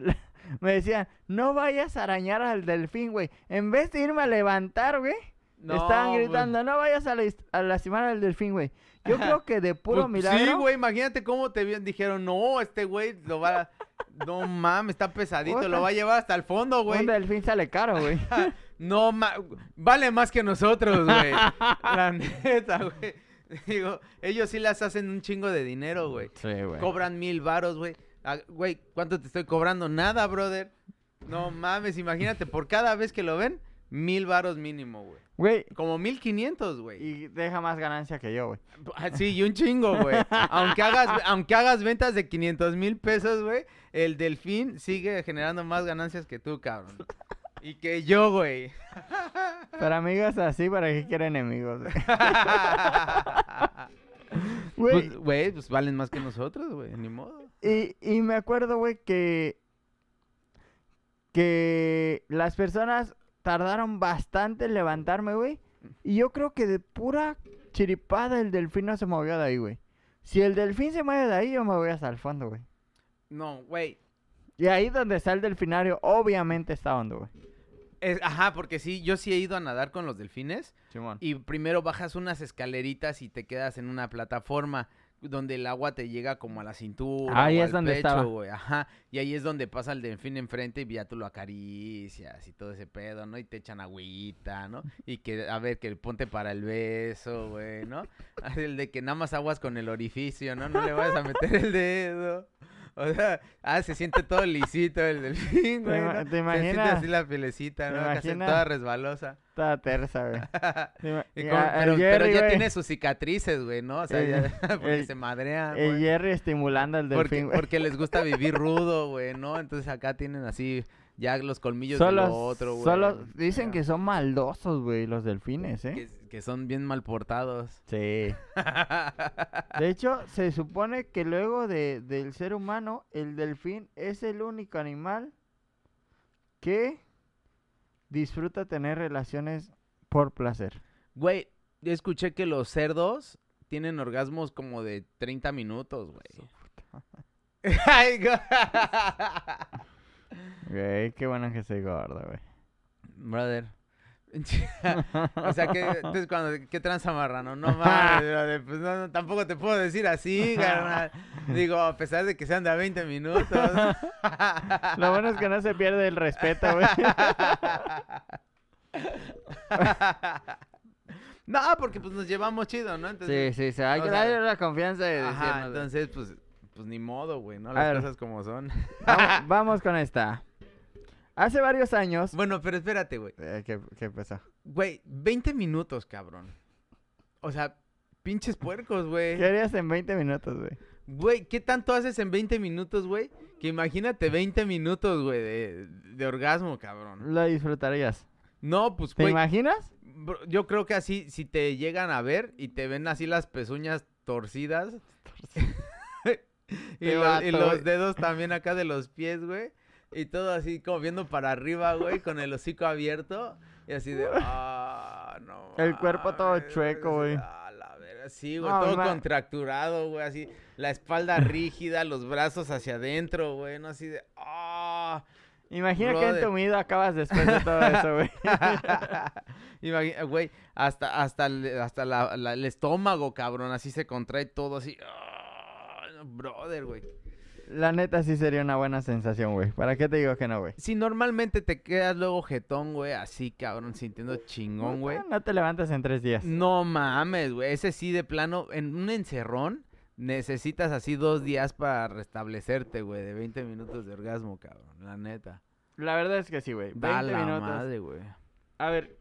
Speaker 1: Me decían, no vayas a arañar al delfín, güey. En vez de irme a levantar, güey, estaban
Speaker 2: güey.
Speaker 1: gritando, no vayas a, lis- a lastimar al delfín, güey. Yo creo que de puro
Speaker 2: Pues,
Speaker 1: milagro.
Speaker 2: Sí, güey, imagínate cómo te vieron. Dijeron, no, este güey lo va a... No mames, está pesadito,
Speaker 1: Puta.
Speaker 2: lo va a llevar hasta el fondo,
Speaker 1: Un
Speaker 2: güey.
Speaker 1: delfín sale caro, güey.
Speaker 2: No ma... Vale más que nosotros, güey. La neta, güey. Digo, ellos sí las hacen un chingo de dinero, güey.
Speaker 1: Sí, güey.
Speaker 2: Cobran mil varos, güey. Ah, Güey, ¿cuánto te estoy cobrando? Nada, brother. No mames, imagínate, por cada vez que lo ven, mil varos mínimo, güey.
Speaker 1: Güey,
Speaker 2: Como mil quinientos, güey.
Speaker 1: y deja más ganancia que yo, güey.
Speaker 2: Ah, Sí, y un chingo, güey. Aunque hagas, aunque hagas ventas de 500 mil pesos, güey, el delfín sigue generando más ganancias que tú, cabrón. Y que yo, güey.
Speaker 1: Pero amigos así, ¿para qué quieren enemigos, güey? güey?
Speaker 2: Pues, Güey, pues valen más que nosotros, güey. Ni modo.
Speaker 1: Y, y me acuerdo, güey, que, que las personas tardaron bastante en levantarme, güey. Y yo creo que de pura chiripada el delfín no se movió de ahí, güey. Si el delfín se mueve de ahí, yo me voy hasta el fondo, güey.
Speaker 2: No, güey.
Speaker 1: Y ahí donde está el delfinario, obviamente está hondo, güey.
Speaker 2: Es- ajá, porque sí, yo sí he ido a nadar con los delfines.
Speaker 1: Simón.
Speaker 2: Y primero bajas unas escaleritas y te quedas en una plataforma donde el agua te llega como a la cintura.
Speaker 1: Ahí
Speaker 2: o
Speaker 1: es
Speaker 2: al
Speaker 1: donde
Speaker 2: pecho,
Speaker 1: estaba.
Speaker 2: güey, Ajá. Y ahí es donde pasa el delfín enfrente y ya tú lo acaricias y todo ese pedo, ¿no? Y te echan agüita, ¿no? Y que, a ver, que ponte para el beso, güey, ¿no? Así El de que nada más aguas con el orificio, ¿no? No le vayas a meter el dedo. O sea, ah, se siente todo lisito el delfín, güey. ¿no?
Speaker 1: ima- te
Speaker 2: Se siente
Speaker 1: imaginas-
Speaker 2: así la pielecita,
Speaker 1: te
Speaker 2: ¿no? Casi
Speaker 1: imaginas-
Speaker 2: toda resbalosa.
Speaker 1: Está tersa, güey. Sí, ma-
Speaker 2: Y
Speaker 1: y
Speaker 2: con-
Speaker 1: a- el
Speaker 2: pero, pero
Speaker 1: Jerry,
Speaker 2: ya
Speaker 1: güey,
Speaker 2: tiene sus cicatrices, güey, ¿no? O sea,
Speaker 1: El-
Speaker 2: ya- porque
Speaker 1: el-
Speaker 2: se madrean,
Speaker 1: el
Speaker 2: ah, güey.
Speaker 1: Jerry estimulando al
Speaker 2: Porque,
Speaker 1: delfín, güey.
Speaker 2: porque les gusta vivir rudo, güey, ¿no? Entonces acá tienen así ya los colmillos
Speaker 1: Solo,
Speaker 2: del otro, güey.
Speaker 1: solo dicen
Speaker 2: Ya.
Speaker 1: que son maldosos, güey, los delfines, ¿eh?
Speaker 2: Que, que son bien mal portados.
Speaker 1: Sí. De hecho, se supone que luego de, del ser humano, el delfín es el único animal que disfruta tener relaciones por placer.
Speaker 2: Güey, yo escuché que los cerdos tienen orgasmos como de 30 minutos, güey. Ay, go-
Speaker 1: Güey, qué bueno que soy gordo, güey.
Speaker 2: Brother. o sea, que entonces cuando qué tranza marrano, no mames, brother, pues no, no, tampoco te puedo decir así, carnal. Digo, a pesar de que se anda 20 minutos.
Speaker 1: Lo bueno es que no se pierde el respeto, güey.
Speaker 2: no, porque pues nos llevamos chido, ¿no?
Speaker 1: Sí,
Speaker 2: Entonces,
Speaker 1: sí, sí. Hay
Speaker 2: o
Speaker 1: que
Speaker 2: sea,
Speaker 1: darle la confianza de
Speaker 2: Ajá,
Speaker 1: decirnos.
Speaker 2: entonces pues pues ni modo, güey, no
Speaker 1: A
Speaker 2: las
Speaker 1: ver.
Speaker 2: cosas como son.
Speaker 1: Vamos, vamos con esta. Hace varios años.
Speaker 2: Bueno, pero espérate, güey.
Speaker 1: Eh, ¿qué, qué pasó?
Speaker 2: Güey, 20 minutos, cabrón. O sea, pinches puercos, güey.
Speaker 1: ¿Qué harías en 20 minutos, güey?
Speaker 2: Güey, ¿qué tanto haces en 20 minutos, güey? Que imagínate 20 minutos, güey, de, de orgasmo, cabrón.
Speaker 1: ¿Lo disfrutarías?
Speaker 2: No, pues,
Speaker 1: ¿Te
Speaker 2: güey,
Speaker 1: imaginas?
Speaker 2: bro, yo creo que así, si te llegan a ver y te ven así las pezuñas torcidas. y,
Speaker 1: Te
Speaker 2: lo-
Speaker 1: mato,
Speaker 2: y los
Speaker 1: güey.
Speaker 2: dedos también acá de los pies, güey. Y todo así como viendo para arriba, güey, con el hocico abierto. Y así de, ah, no.
Speaker 1: El cuerpo todo
Speaker 2: mames",
Speaker 1: chueco,
Speaker 2: así,
Speaker 1: güey.
Speaker 2: "Ah, la verga", Sí, güey,
Speaker 1: No,
Speaker 2: todo
Speaker 1: ma-
Speaker 2: contracturado, güey, así. La espalda rígida, los brazos hacia adentro, güey, no así de, ah.
Speaker 1: Imagina que
Speaker 2: Brother.
Speaker 1: en tu vida acabas después de todo eso, güey.
Speaker 2: Imagina- güey, hasta, hasta, el, hasta la- la- el estómago, cabrón, así se contrae todo, así. ah, brother, güey.
Speaker 1: La neta sí sería una buena sensación, güey. ¿Para qué te digo que no, güey?
Speaker 2: Si normalmente te quedas luego jetón, güey, así, cabrón, sintiendo chingón, güey.
Speaker 1: No, te levantas en tres días.
Speaker 2: No mames, güey. Ese sí, de plano, en un encerrón, necesitas así dos días para restablecerte, güey, de 20 minutos de orgasmo, cabrón, la neta.
Speaker 1: La verdad es que sí, güey. 20
Speaker 2: Da la
Speaker 1: minutos.
Speaker 2: madre, güey.
Speaker 1: A ver.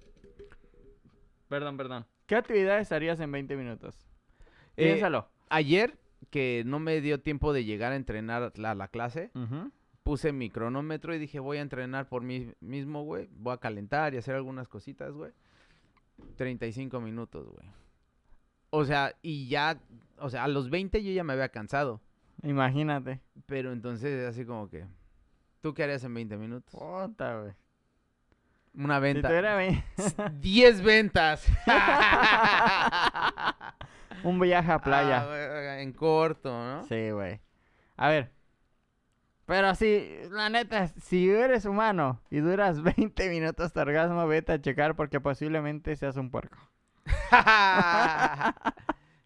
Speaker 1: Perdón, perdón. ¿Qué actividades harías en 20 minutos?
Speaker 2: Eh,
Speaker 1: Piénsalo.
Speaker 2: Ayer, que no me dio tiempo de llegar a entrenar a la- la clase,
Speaker 1: Ujú.
Speaker 2: puse mi cronómetro y dije, voy a entrenar por mí mismo, güey. Voy a calentar y hacer algunas cositas, güey. 35 minutos, güey. O sea, y ya, o sea, a los 20 yo ya me había cansado.
Speaker 1: Imagínate.
Speaker 2: Pero entonces, así como que, ¿tú qué harías en 20 minutos?
Speaker 1: Oh, Puta, güey.
Speaker 2: Una
Speaker 1: Si
Speaker 2: venta.
Speaker 1: tuviera ve-
Speaker 2: 10 ventas.
Speaker 1: un viaje a playa.
Speaker 2: Ah, güey, en corto, ¿no?
Speaker 1: Sí, güey. A ver. Pero sí, la neta, si eres humano y duras 20 minutos de orgasmo, vete a checar porque posiblemente seas un puerco.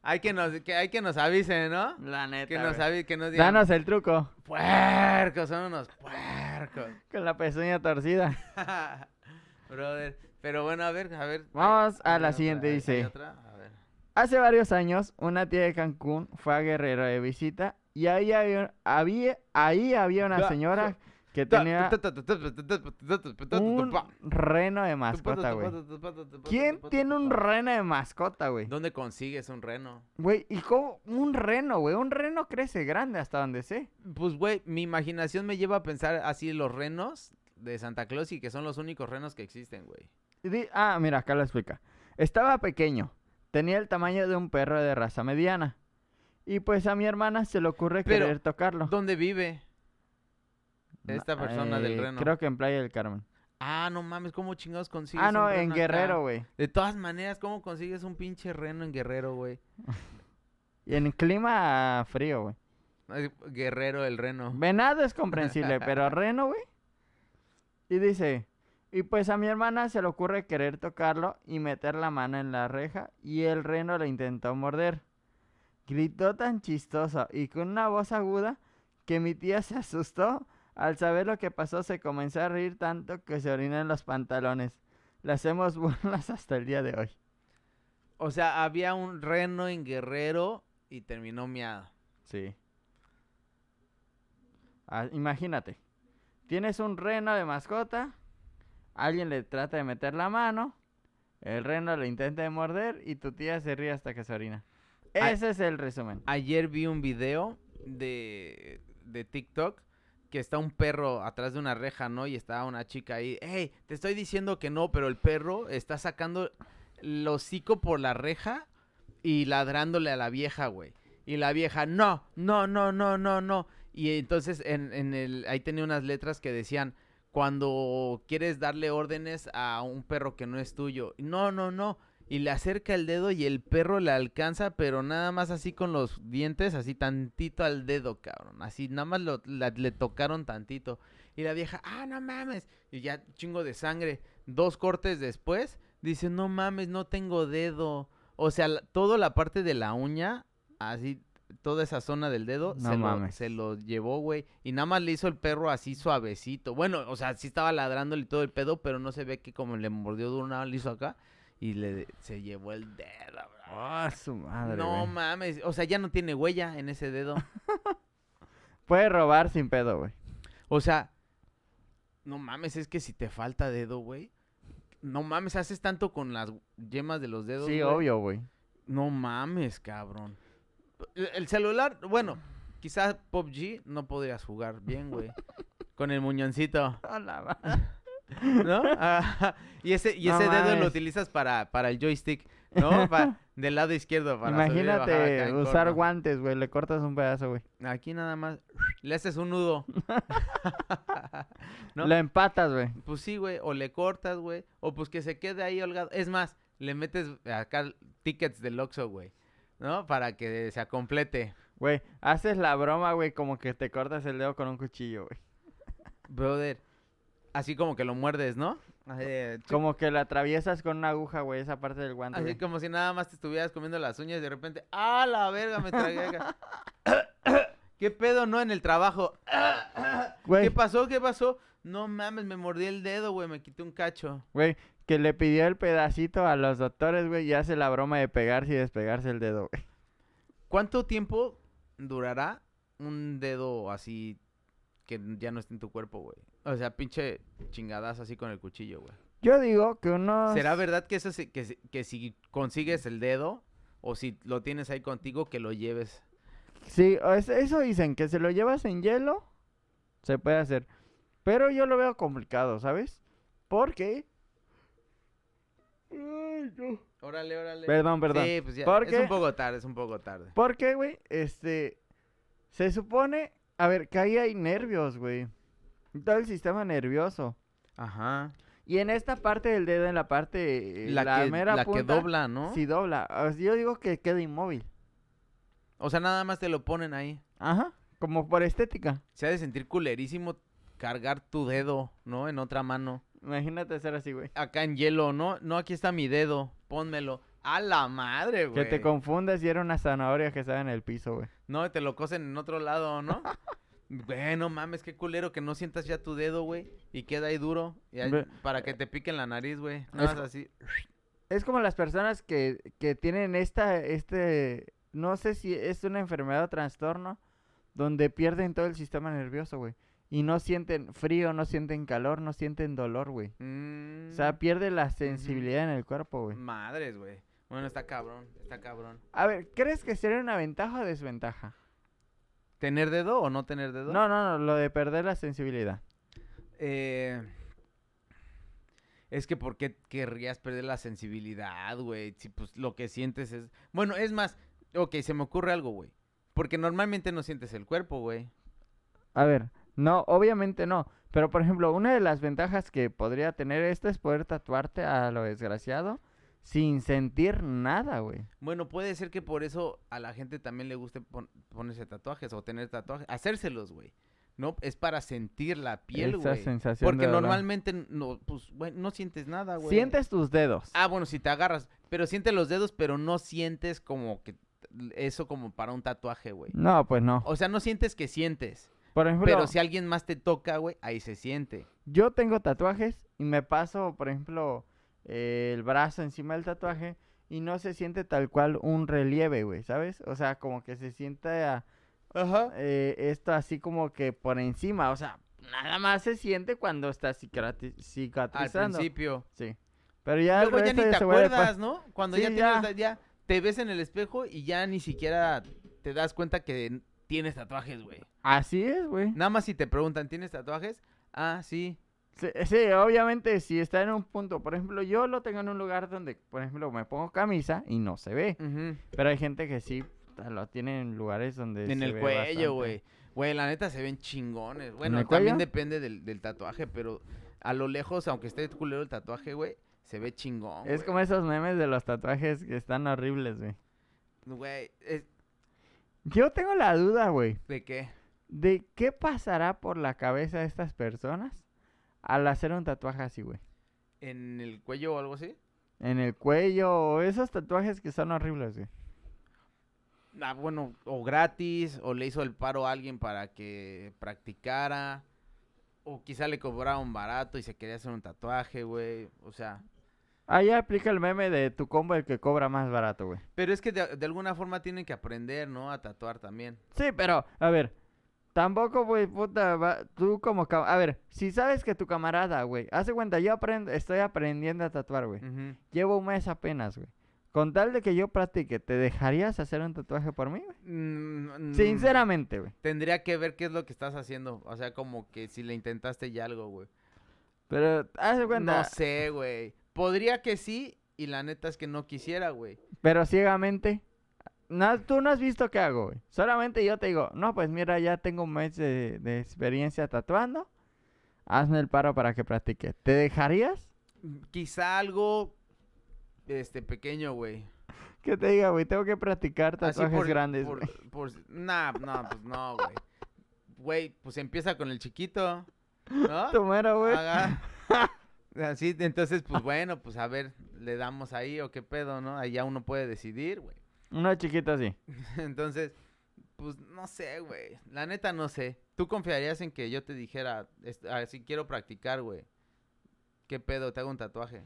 Speaker 2: hay, que nos, que, hay que nos avisen, ¿no?
Speaker 1: La neta.
Speaker 2: Que nos, avi- que nos digan,
Speaker 1: Danos el truco
Speaker 2: Puercos, son unos puercos.
Speaker 1: con la pezuña torcida.
Speaker 2: Brother. Pero bueno, a ver, a ver.
Speaker 1: Vamos a
Speaker 2: ¿hay
Speaker 1: la
Speaker 2: otra?
Speaker 1: siguiente,
Speaker 2: ¿Hay-
Speaker 1: dice.
Speaker 2: hay otra? A ver.
Speaker 1: Hace varios años, una tía de Cancún fue a Guerrero de visita y ahí había, había- ahí había una
Speaker 2: Da-
Speaker 1: señora que tenía un reno de mascota, güey. ¿Quién
Speaker 2: Pues,
Speaker 1: tiene un reno de mascota, güey?
Speaker 2: ¿Dónde consigues un reno?
Speaker 1: Güey, ¿y cómo? Un reno, güey. Un reno crece grande hasta donde sé.
Speaker 2: Pues, güey, mi imaginación me lleva a pensar así los renos de Santa Claus y que son los únicos renos que existen, güey.
Speaker 1: Y di- Ah, mira, acá lo explica. Estaba pequeño. Tenía el tamaño de un perro de raza mediana. Y pues a mi hermana se le ocurre
Speaker 2: Pero,
Speaker 1: querer tocarlo.
Speaker 2: ¿Dónde vive?
Speaker 1: No,
Speaker 2: esta persona del reno?
Speaker 1: eh, Creo que en Playa del Carmen.
Speaker 2: Ah, no mames, ¿cómo chingados consigues
Speaker 1: ah,
Speaker 2: un
Speaker 1: no,
Speaker 2: reno
Speaker 1: en
Speaker 2: acá?
Speaker 1: Guerrero, güey.
Speaker 2: De todas maneras, ¿cómo consigues un pinche reno en Guerrero, güey?
Speaker 1: Y en clima frío, güey.
Speaker 2: Ay, Guerrero el reno.
Speaker 1: Venado es comprensible, pero reno, güey. Y dice, y pues a mi hermana se le ocurre querer tocarlo y meter la mano en la reja y el reno le intentó morder. Gritó tan chistoso y con una voz aguda que mi tía se asustó. Al saber lo que pasó se comenzó a reír tanto que se orinó en los pantalones. Le hacemos burlas hasta el día de hoy.
Speaker 2: O sea, había un reno en Guerrero y terminó miado.
Speaker 1: Sí. Ah, imagínate. Tienes un reno de mascota. Alguien le trata de meter la mano. El reno lo intenta de morder y tu tía se ríe hasta que se orina.
Speaker 2: Ay.
Speaker 1: Ese es el resumen.
Speaker 2: Ayer vi un video de, de TikTok que está un perro atrás de una reja, ¿no? Y está una chica ahí. ¡Ey! Te estoy diciendo que no, pero el perro está sacando el hocico por la reja y ladrándole a la vieja, güey. Y la vieja, no, no, no, no, no, no. Y entonces en, en el, ahí tenía unas letras que decían, cuando quieres darle órdenes a un perro que no es tuyo, no, no, no. y le acerca el dedo y el perro le alcanza, pero nada más así con los dientes, así tantito al dedo, cabrón. Así nada más lo- la- le tocaron tantito. Y la vieja, ah, no mames. Y ya chingo de sangre. Dos cortes después, dice, no mames, no tengo dedo. O sea, la- toda la parte de la uña, así, toda esa zona del dedo,
Speaker 1: No
Speaker 2: se, Lo,
Speaker 1: mames.
Speaker 2: se lo llevó, güey. Y nada más le hizo el perro así suavecito. Bueno, o sea, sí estaba ladrándole y todo el pedo, pero no se ve que como le mordió de una, le hizo acá. Y le, se llevó el dedo, bro.
Speaker 1: Ah, su madre.
Speaker 2: no
Speaker 1: güey.
Speaker 2: mames, o sea, ya no tiene huella en ese dedo.
Speaker 1: Puede robar sin pedo, güey.
Speaker 2: O sea, no mames, es que si te falta dedo, güey. No mames, haces tanto con las yemas de los dedos.
Speaker 1: Sí,
Speaker 2: güey.
Speaker 1: obvio, güey.
Speaker 2: No mames, cabrón. El el celular, bueno, quizás PUBG no podrías jugar bien, güey. Con el muñoncito, ¿no? Ah, y ese, y
Speaker 1: No
Speaker 2: ese dedo lo
Speaker 1: mames.
Speaker 2: utilizas para, para el joystick, ¿no? Pa- del lado izquierdo. Para subir y bajar acá
Speaker 1: Imagínate
Speaker 2: en
Speaker 1: usar
Speaker 2: corto.
Speaker 1: guantes, güey. Le cortas un pedazo, güey.
Speaker 2: Aquí nada más le haces un nudo. ¿No?
Speaker 1: Lo empatas, güey.
Speaker 2: Pues sí, güey, o le cortas, güey, o pues que se quede ahí holgado. Es más, le metes acá tickets del Oxxo, güey, ¿no? Para que se complete.
Speaker 1: Güey, haces la broma, güey, como que te cortas el dedo con un cuchillo, güey.
Speaker 2: Brother, así como que lo muerdes, ¿no? Así, de chic,
Speaker 1: Como que la atraviesas con una aguja, güey, esa parte del guante.
Speaker 2: así
Speaker 1: güey.
Speaker 2: como si nada más te estuvieras comiendo las uñas y de repente, ¡ah, la verga, me tragué acá! ¿Qué pedo, no, en el trabajo? ¿Qué
Speaker 1: Güey,
Speaker 2: pasó, qué pasó? No mames, me mordí el dedo, güey, me quité un cacho.
Speaker 1: güey, que le pidió el pedacito a los doctores, güey, y hace la broma de pegarse y despegarse el dedo, güey.
Speaker 2: ¿Cuánto tiempo durará un dedo así que n- ya no esté en tu cuerpo, güey? O sea, pinche chingadas así con el cuchillo, güey.
Speaker 1: Yo digo que unos...
Speaker 2: ¿Será verdad que eso se- que, se- que si consigues el dedo o si lo tienes ahí contigo que lo lleves?
Speaker 1: Sí, o es- eso dicen, que se lo llevas en hielo, se puede hacer. Pero yo lo veo complicado, ¿sabes? Porque... Ay, no.
Speaker 2: Órale, órale.
Speaker 1: Perdón, perdón.
Speaker 2: Sí, pues ya.
Speaker 1: Porque-
Speaker 2: Es un poco tarde, es un poco tarde.
Speaker 1: Porque, güey, este. Se supone. A ver, que ahí hay nervios, güey. Todo el sistema nervioso.
Speaker 2: Ajá.
Speaker 1: Y en esta parte del dedo, en la parte. eh,
Speaker 2: La, que,
Speaker 1: mera
Speaker 2: la que
Speaker 1: punta,
Speaker 2: dobla, ¿no?
Speaker 1: Sí, dobla. O sea, yo digo que queda inmóvil.
Speaker 2: O sea, nada más te lo ponen ahí.
Speaker 1: Ajá. Como por estética.
Speaker 2: Se ha de sentir culerísimo cargar tu dedo, ¿no? En otra mano.
Speaker 1: Imagínate ser así, güey.
Speaker 2: acá en hielo, ¿no? No, aquí está mi dedo, pónmelo. A la madre,
Speaker 1: Que
Speaker 2: güey.
Speaker 1: te confundas si era una zanahoria que estaba en el piso, güey.
Speaker 2: No, te lo cosen en otro lado, ¿no? Bueno, mames, qué culero que no sientas ya tu dedo, güey. Y queda ahí duro. y ahí-
Speaker 1: Ve- eh,
Speaker 2: para que te pique en la nariz, güey. No
Speaker 1: Es-
Speaker 2: es así.
Speaker 1: Es como las personas que, que tienen esta, este, no sé si es una enfermedad o trastorno, donde pierden todo el sistema nervioso, güey. Y no sienten frío, no sienten calor, no sienten dolor, güey. O sea,
Speaker 2: Mm,
Speaker 1: pierde la sensibilidad en el cuerpo, güey.
Speaker 2: Madres, güey. Bueno, está cabrón, está cabrón.
Speaker 1: A ver, ¿crees que sería una ventaja o desventaja?
Speaker 2: ¿Tener dedo o no tener dedo?
Speaker 1: No, no, no, lo de perder la sensibilidad.
Speaker 2: Eh, es que ¿por qué querrías perder la sensibilidad, güey? Si pues lo que sientes es... Bueno, es más, ok, se me ocurre algo, güey. Porque normalmente no sientes el cuerpo, güey.
Speaker 1: A ver, no, obviamente no. Pero, por ejemplo, una de las ventajas que podría tener esto es poder tatuarte a lo desgraciado sin sentir nada, güey.
Speaker 2: Bueno, puede ser que por eso a la gente también le guste pon- ponerse tatuajes o tener tatuajes, hacérselos, güey. No, es para sentir la piel,
Speaker 1: Esa
Speaker 2: güey.
Speaker 1: sensación
Speaker 2: Porque
Speaker 1: de dolor.
Speaker 2: normalmente no, pues, güey, no sientes nada, güey.
Speaker 1: Sientes tus dedos.
Speaker 2: Ah, bueno, si te agarras, pero sientes los dedos, pero no sientes como que eso como para un tatuaje, güey.
Speaker 1: No, pues no.
Speaker 2: O sea, no sientes que sientes.
Speaker 1: Por ejemplo,
Speaker 2: Pero si alguien más te toca, güey, ahí se siente.
Speaker 1: yo tengo tatuajes y me paso, por ejemplo, eh, el brazo encima del tatuaje y no se siente tal cual un relieve, güey, ¿sabes? O sea, como que se sienta
Speaker 2: Ajá.
Speaker 1: eh, esto así como que por encima, o sea, nada más se siente cuando está cicrati-
Speaker 2: Al
Speaker 1: cicatrizando.
Speaker 2: principio.
Speaker 1: Sí. Pero ya el
Speaker 2: Luego ya
Speaker 1: resto
Speaker 2: ni te
Speaker 1: se vuelve pues, pa-
Speaker 2: acuerdas, ¿no? Cuando
Speaker 1: Sí,
Speaker 2: ya tienes,
Speaker 1: ya.
Speaker 2: la- ya te ves en el espejo y ya ni siquiera te das cuenta que n- tienes tatuajes, güey.
Speaker 1: Así es, güey.
Speaker 2: Nada más si te preguntan, ¿tienes tatuajes? Ah, sí.
Speaker 1: Sí, sí, obviamente si está en un punto, por ejemplo, yo lo tengo en un lugar donde, por ejemplo, me pongo camisa y no se ve,
Speaker 2: Ujú.
Speaker 1: pero hay gente que sí puta, lo tiene en lugares donde
Speaker 2: En
Speaker 1: se
Speaker 2: el
Speaker 1: ve
Speaker 2: cuello,
Speaker 1: bastante.
Speaker 2: güey. Güey, la neta se ven chingones. Bueno,
Speaker 1: el
Speaker 2: también
Speaker 1: cuello?
Speaker 2: depende del, del tatuaje, pero a lo lejos, aunque esté culero el tatuaje, güey, se ve chingón.
Speaker 1: Es
Speaker 2: güey.
Speaker 1: como esos memes de los tatuajes que están horribles, güey.
Speaker 2: Güey, es-
Speaker 1: Yo tengo la duda, güey,
Speaker 2: ¿de qué?
Speaker 1: de qué pasará por la cabeza de estas personas al hacer un tatuaje así, güey.
Speaker 2: ¿En el cuello o algo así?
Speaker 1: En el cuello o esos tatuajes que son horribles, güey.
Speaker 2: Ah, bueno, o gratis, o le hizo el paro a alguien para que practicara, o quizá le cobraron barato y se quería hacer un tatuaje, güey, o sea.
Speaker 1: Ahí aplica el meme de tu combo el que cobra más barato, güey.
Speaker 2: Pero es que de, de alguna forma tienen que aprender, ¿no? A tatuar también.
Speaker 1: Sí, pero, a ver, tampoco, güey, puta, va- tú como... ca- A ver, si sabes que tu camarada, güey, hace cuenta, yo aprendo, estoy aprendiendo a tatuar, güey.
Speaker 2: Ujú.
Speaker 1: Llevo un mes apenas, güey. Con tal de que yo practique, ¿te dejarías hacer un tatuaje por mí, güey?
Speaker 2: Mm, mm,
Speaker 1: Sinceramente, güey.
Speaker 2: Tendría que ver qué es lo que estás haciendo, o sea, como que si le intentaste ya algo, güey.
Speaker 1: Pero, haz de cuenta,
Speaker 2: No sé, güey. Podría que sí, y la neta es que no quisiera, güey.
Speaker 1: pero ciegamente... No, tú no has visto qué hago, güey. Solamente yo te digo, no, pues mira, ya tengo un mes de, de experiencia tatuando. Hazme el paro para que practique. ¿Te dejarías?
Speaker 2: Quizá algo, este, pequeño, güey.
Speaker 1: Que te diga, güey, tengo que practicar
Speaker 2: Así
Speaker 1: tatuajes
Speaker 2: por-
Speaker 1: grandes,
Speaker 2: por-
Speaker 1: güey.
Speaker 2: por- nah, no, pues no, güey. Güey, pues empieza con el chiquito, ¿no?
Speaker 1: Tu mero, güey.
Speaker 2: Haga- Así, entonces, pues bueno, pues a ver, le damos ahí o qué pedo, ¿no? Ahí ya uno puede decidir, güey.
Speaker 1: Uno chiquito así.
Speaker 2: Entonces, pues no sé, güey. La neta no sé. ¿Tú confiarías en que yo te dijera, "Est- ah, si quiero practicar, güey? ¿Qué pedo? Te hago un tatuaje.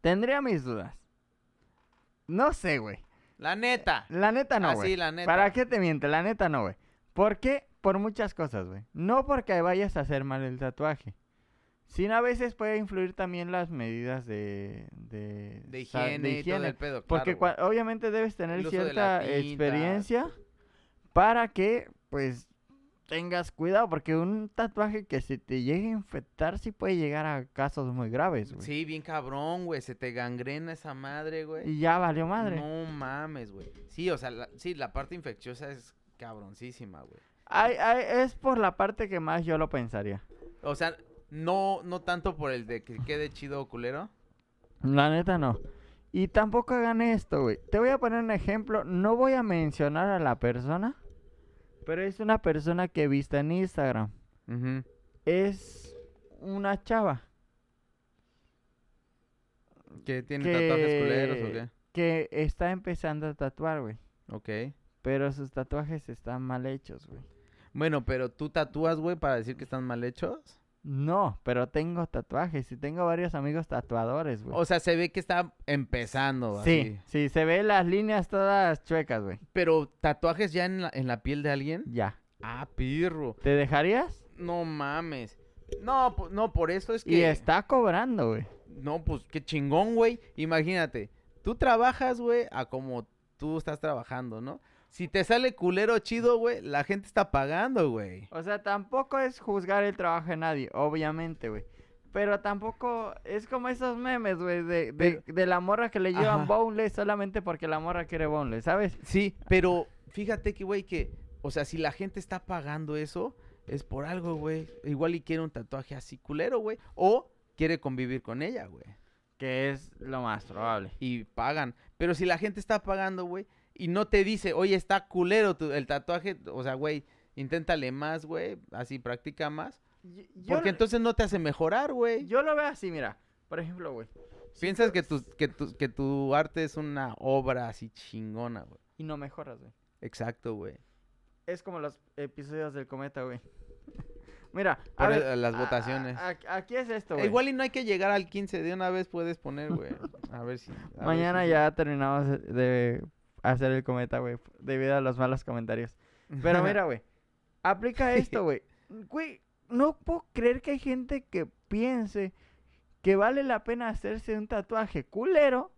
Speaker 1: Tendría mis dudas. No sé, güey.
Speaker 2: La neta.
Speaker 1: La neta no,
Speaker 2: Así,
Speaker 1: güey.
Speaker 2: la neta.
Speaker 1: ¿Para qué te miente? La neta no, güey. ¿Por qué? Por muchas cosas, güey. No porque vayas a hacer mal el tatuaje. Sino a veces puede influir también las medidas de... De,
Speaker 2: De
Speaker 1: sa- de
Speaker 2: higiene, y todo
Speaker 1: higiene.
Speaker 2: el pedo,
Speaker 1: Porque
Speaker 2: claro, güey.
Speaker 1: cua- obviamente debes tener
Speaker 2: El uso de la
Speaker 1: cierta
Speaker 2: tinta.
Speaker 1: experiencia para que, pues, tengas cuidado. Porque un tatuaje que se te llegue a infectar sí puede llegar a casos muy graves, güey.
Speaker 2: Sí, bien cabrón, güey. Se te gangrena esa madre, güey.
Speaker 1: Y ya valió Mm, madre.
Speaker 2: No mames, güey. Sí, o sea, la- sí, la parte infecciosa es cabroncísima, güey.
Speaker 1: Ay, ay, es por la parte que más yo lo pensaría.
Speaker 2: O sea, no, no tanto por el de que quede chido o culero.
Speaker 1: La neta no. Y tampoco hagan esto, güey. Te voy a poner un ejemplo. No voy a mencionar a la persona. Pero es una persona que he visto en Instagram. Es una chava.
Speaker 2: ¿Que tiene
Speaker 1: que-
Speaker 2: tatuajes culeros
Speaker 1: Que está empezando a tatuar, güey.
Speaker 2: o qué? Ok.
Speaker 1: Pero sus tatuajes están mal hechos, güey.
Speaker 2: Bueno, pero tú tatúas, güey, para decir que están mal hechos.
Speaker 1: No, pero tengo tatuajes y tengo varios amigos tatuadores, güey.
Speaker 2: O sea, se ve que está empezando.
Speaker 1: Pues. sí,
Speaker 2: Sí.
Speaker 1: sí, se ven las líneas todas chuecas, güey.
Speaker 2: Pero tatuajes ya en la, en la piel de alguien.
Speaker 1: Ya.
Speaker 2: Ah, pirro.
Speaker 1: ¿Te dejarías?
Speaker 2: No mames. No, po- no, por eso es que.
Speaker 1: Y está cobrando, güey.
Speaker 2: No, pues qué chingón, güey. Imagínate, tú trabajas, güey, a como tú estás trabajando, ¿no? Si te sale culero chido, güey, la gente está pagando, güey.
Speaker 1: O sea, tampoco es juzgar el trabajo de nadie, obviamente, güey. Pero tampoco es como esos memes, güey, de, de, de la morra que le llevan
Speaker 2: Ajá.
Speaker 1: boneless solamente porque la morra quiere boneless, ¿sabes?
Speaker 2: Sí, pero fíjate que, güey, que, o sea, si la gente está pagando eso, es por algo, güey. Igual y quiere un tatuaje así culero, güey. O quiere convivir con ella, güey.
Speaker 1: Que es lo más probable.
Speaker 2: Y pagan. Pero si la gente está pagando, güey, y no te dice, oye, está culero tu- el tatuaje, o sea, güey, inténtale más, güey, así practica más.
Speaker 1: Yo,
Speaker 2: Porque entonces no te hace mejorar, güey.
Speaker 1: yo lo veo así, mira. Por ejemplo, güey.
Speaker 2: Piensas que tu, que, tu, que tu arte es una obra así chingona, güey.
Speaker 1: Y no mejoras, güey.
Speaker 2: Exacto, güey.
Speaker 1: Es como los episodios del cometa, güey. mira,
Speaker 2: Por el- las votaciones.
Speaker 1: a- a- aquí es esto,
Speaker 2: Eh,
Speaker 1: güey.
Speaker 2: Igual y no hay que llegar al 15, de una vez puedes poner, güey. A ver si... a ver si
Speaker 1: Mañana
Speaker 2: sí.
Speaker 1: ya terminamos de- de hacer el cometa, güey, debido a los malos comentarios. Pero mira, güey, aplica esto, güey. Güey, no puedo creer que hay gente que piense que vale la pena hacerse un tatuaje culero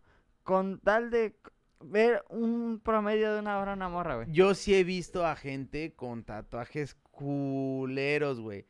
Speaker 1: con tal de ver un promedio de una hora a una morra, güey.
Speaker 2: Yo sí he visto a gente con tatuajes culeros, güey.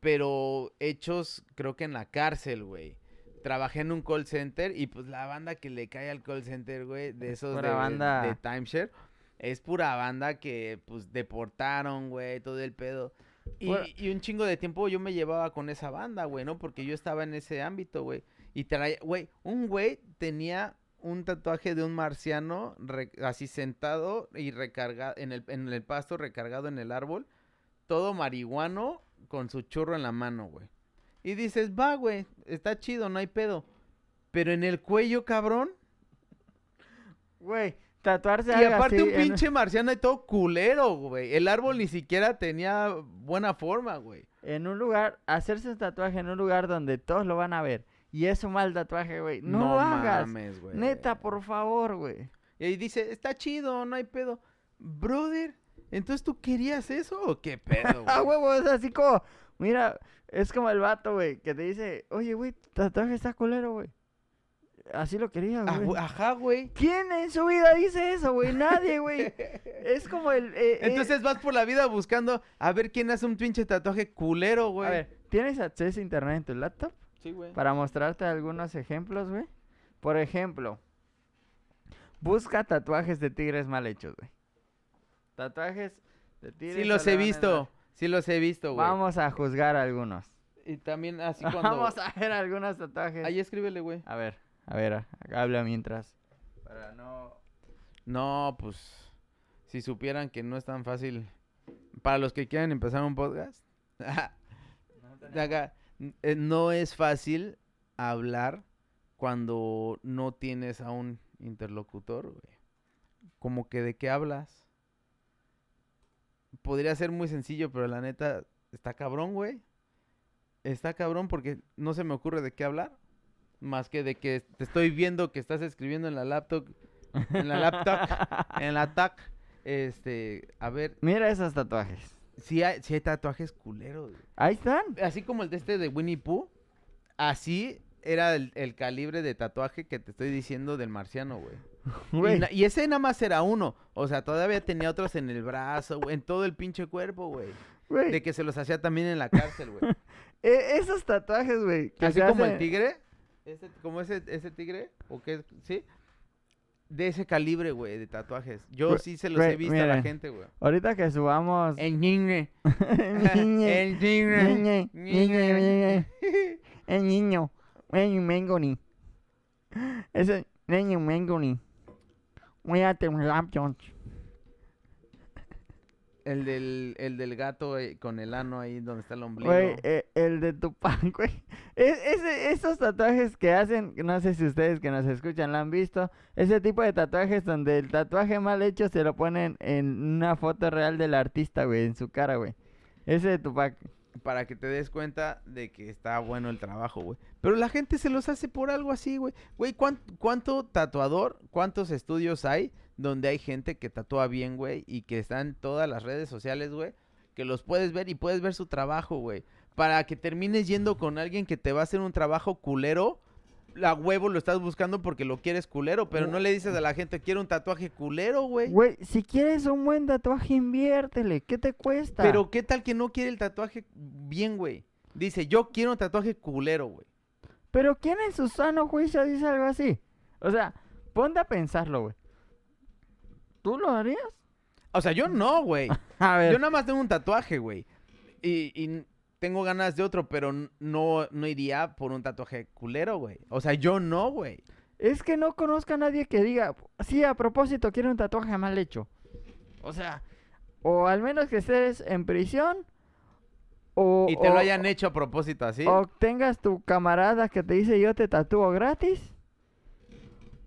Speaker 2: Pero hechos, creo que en la cárcel, güey. Trabajé en un call center y pues la banda que le cae al call center, güey, de esos de,
Speaker 1: Pura
Speaker 2: de-
Speaker 1: banda.
Speaker 2: de timeshare, es pura banda que pues deportaron, güey, todo el pedo. Y,
Speaker 1: Bueno.
Speaker 2: y un chingo de tiempo yo me llevaba con esa banda, güey, ¿no? Porque yo estaba en ese ámbito, güey. Y traía, güey, un güey tenía un tatuaje de un marciano re- así sentado y recargado en el, en el pasto, recargado en el árbol, todo marihuano con su churro en la mano, güey. Y dices, va, güey, está chido, no hay pedo. Pero en el cuello, cabrón.
Speaker 1: Güey, tatuarse
Speaker 2: y
Speaker 1: algo
Speaker 2: aparte
Speaker 1: así
Speaker 2: un
Speaker 1: en-
Speaker 2: pinche marciano y todo culero, güey. El árbol ni siquiera tenía buena forma, güey.
Speaker 1: en un lugar, hacerse un tatuaje en un lugar donde todos lo van a ver y es un mal tatuaje, güey. No, lo hagas.
Speaker 2: mames, güey.
Speaker 1: Neta, por favor, güey.
Speaker 2: Y ahí dice, está chido, no hay pedo. Brother, ¿entonces tú querías eso o qué pedo,
Speaker 1: Ah,
Speaker 2: güey?
Speaker 1: huevo, es así como, mira, es como el vato, güey, que te dice, oye, güey, tu tatuaje está culero, güey. Así lo quería,
Speaker 2: Ah,
Speaker 1: güey.
Speaker 2: güey, Ajá, güey.
Speaker 1: ¿Quién en su vida dice eso, güey? Nadie, güey. Es como el... eh, eh,
Speaker 2: Entonces vas por la vida buscando a ver quién hace un pinche tatuaje culero, güey.
Speaker 1: a ver, ¿tienes acceso a internet en tu laptop?
Speaker 2: Sí, güey.
Speaker 1: Para mostrarte algunos ejemplos, güey. Por ejemplo, busca tatuajes de tigres mal hechos, güey. Tatuajes de tigres...
Speaker 2: Sí los he
Speaker 1: alemanes
Speaker 2: visto,
Speaker 1: mal-
Speaker 2: sí los he visto, güey.
Speaker 1: Vamos a juzgar algunos.
Speaker 2: Y también así cuando...
Speaker 1: Vamos a ver algunos tatuajes.
Speaker 2: Ahí escríbele, güey.
Speaker 1: A ver, a ver, a- habla mientras. Para no.
Speaker 2: No, pues, si supieran que no es tan fácil. Para los que quieran empezar un podcast, Daga, n- eh, no es fácil hablar cuando no tienes a un interlocutor, güey. Como que de qué hablas. Podría ser muy sencillo, pero la neta está cabrón, güey. Está cabrón porque no se me ocurre de qué hablar. Más que de que te estoy viendo que estás escribiendo en la laptop. En la laptop. en la TAC. Este, a ver,
Speaker 1: Mira esos tatuajes.
Speaker 2: si hay, si hay tatuajes culeros, güey
Speaker 1: Ahí están.
Speaker 2: así como el de este de Winnie Pooh, así era el, el calibre de tatuaje que te estoy diciendo del marciano, güey. Y
Speaker 1: Güey.
Speaker 2: na- Y, ese nada más era uno. O sea, todavía tenía otros en el brazo, güey, en todo el pinche cuerpo, güey.
Speaker 1: güey.
Speaker 2: De que se los hacía también en la cárcel, güey.
Speaker 1: E- esos tatuajes, güey. que
Speaker 2: Así
Speaker 1: se
Speaker 2: como el
Speaker 1: hacen-
Speaker 2: tigre. Este, como ese, ese tigre, o qué, ¿sí? De ese calibre, güey, de tatuajes. Yo
Speaker 1: Güey,
Speaker 2: sí se los
Speaker 1: güey,
Speaker 2: he visto a la
Speaker 1: miren.
Speaker 2: gente, güey.
Speaker 1: Ahorita que subamos.
Speaker 2: El niño.
Speaker 1: Ñe,
Speaker 2: El niño.
Speaker 1: Ñe, Ñe, Ñe, El niño. Niño Mengoni. Ese niño Mengoni. Cuídate un laptop.
Speaker 2: El del, el del gato eh, con el ano ahí donde está el ombligo.
Speaker 1: Güey, eh, el de Tupac, güey. Es, ese- esos tatuajes que hacen, no sé si ustedes que nos escuchan lo han visto, ese tipo de tatuajes donde el tatuaje mal hecho se lo ponen en una foto real del artista, güey, en su cara, güey. Ese de Tupac.
Speaker 2: Para que te des cuenta de que está bueno el trabajo, güey. Pero la gente se los hace por algo así, güey. Güey, ¿cuán- ¿cuánto tatuador, cuántos estudios hay donde hay gente que tatúa bien, güey? Y que está en todas las redes sociales, güey. Que los puedes ver y puedes ver su trabajo, güey. Para que termines yendo con alguien que te va a hacer un trabajo culero. La huevo lo estás buscando porque lo quieres culero, pero no le dices a la gente, quiero un tatuaje culero, güey.
Speaker 1: Güey, si quieres un buen tatuaje, inviértele. ¿Qué te cuesta?
Speaker 2: Pero qué tal que no quiere el tatuaje bien, güey. Dice, yo quiero un tatuaje culero, güey.
Speaker 1: Pero ¿quién en su sano juicio dice algo así? O sea, ponte a pensarlo, güey. ¿Tú lo harías?
Speaker 2: O sea, yo no, güey.
Speaker 1: A ver.
Speaker 2: Yo nada más tengo un tatuaje, güey. Y, y n- tengo ganas de otro, pero n- no, no iría por un tatuaje culero, güey. O sea, yo no, güey.
Speaker 1: Es que no conozca a nadie que diga, sí, a propósito, quiero un tatuaje mal hecho. O sea, o al menos que estés en prisión, o,
Speaker 2: Y te
Speaker 1: o-
Speaker 2: lo hayan hecho a propósito así.
Speaker 1: o tengas tu camarada que te dice yo te tatúo gratis.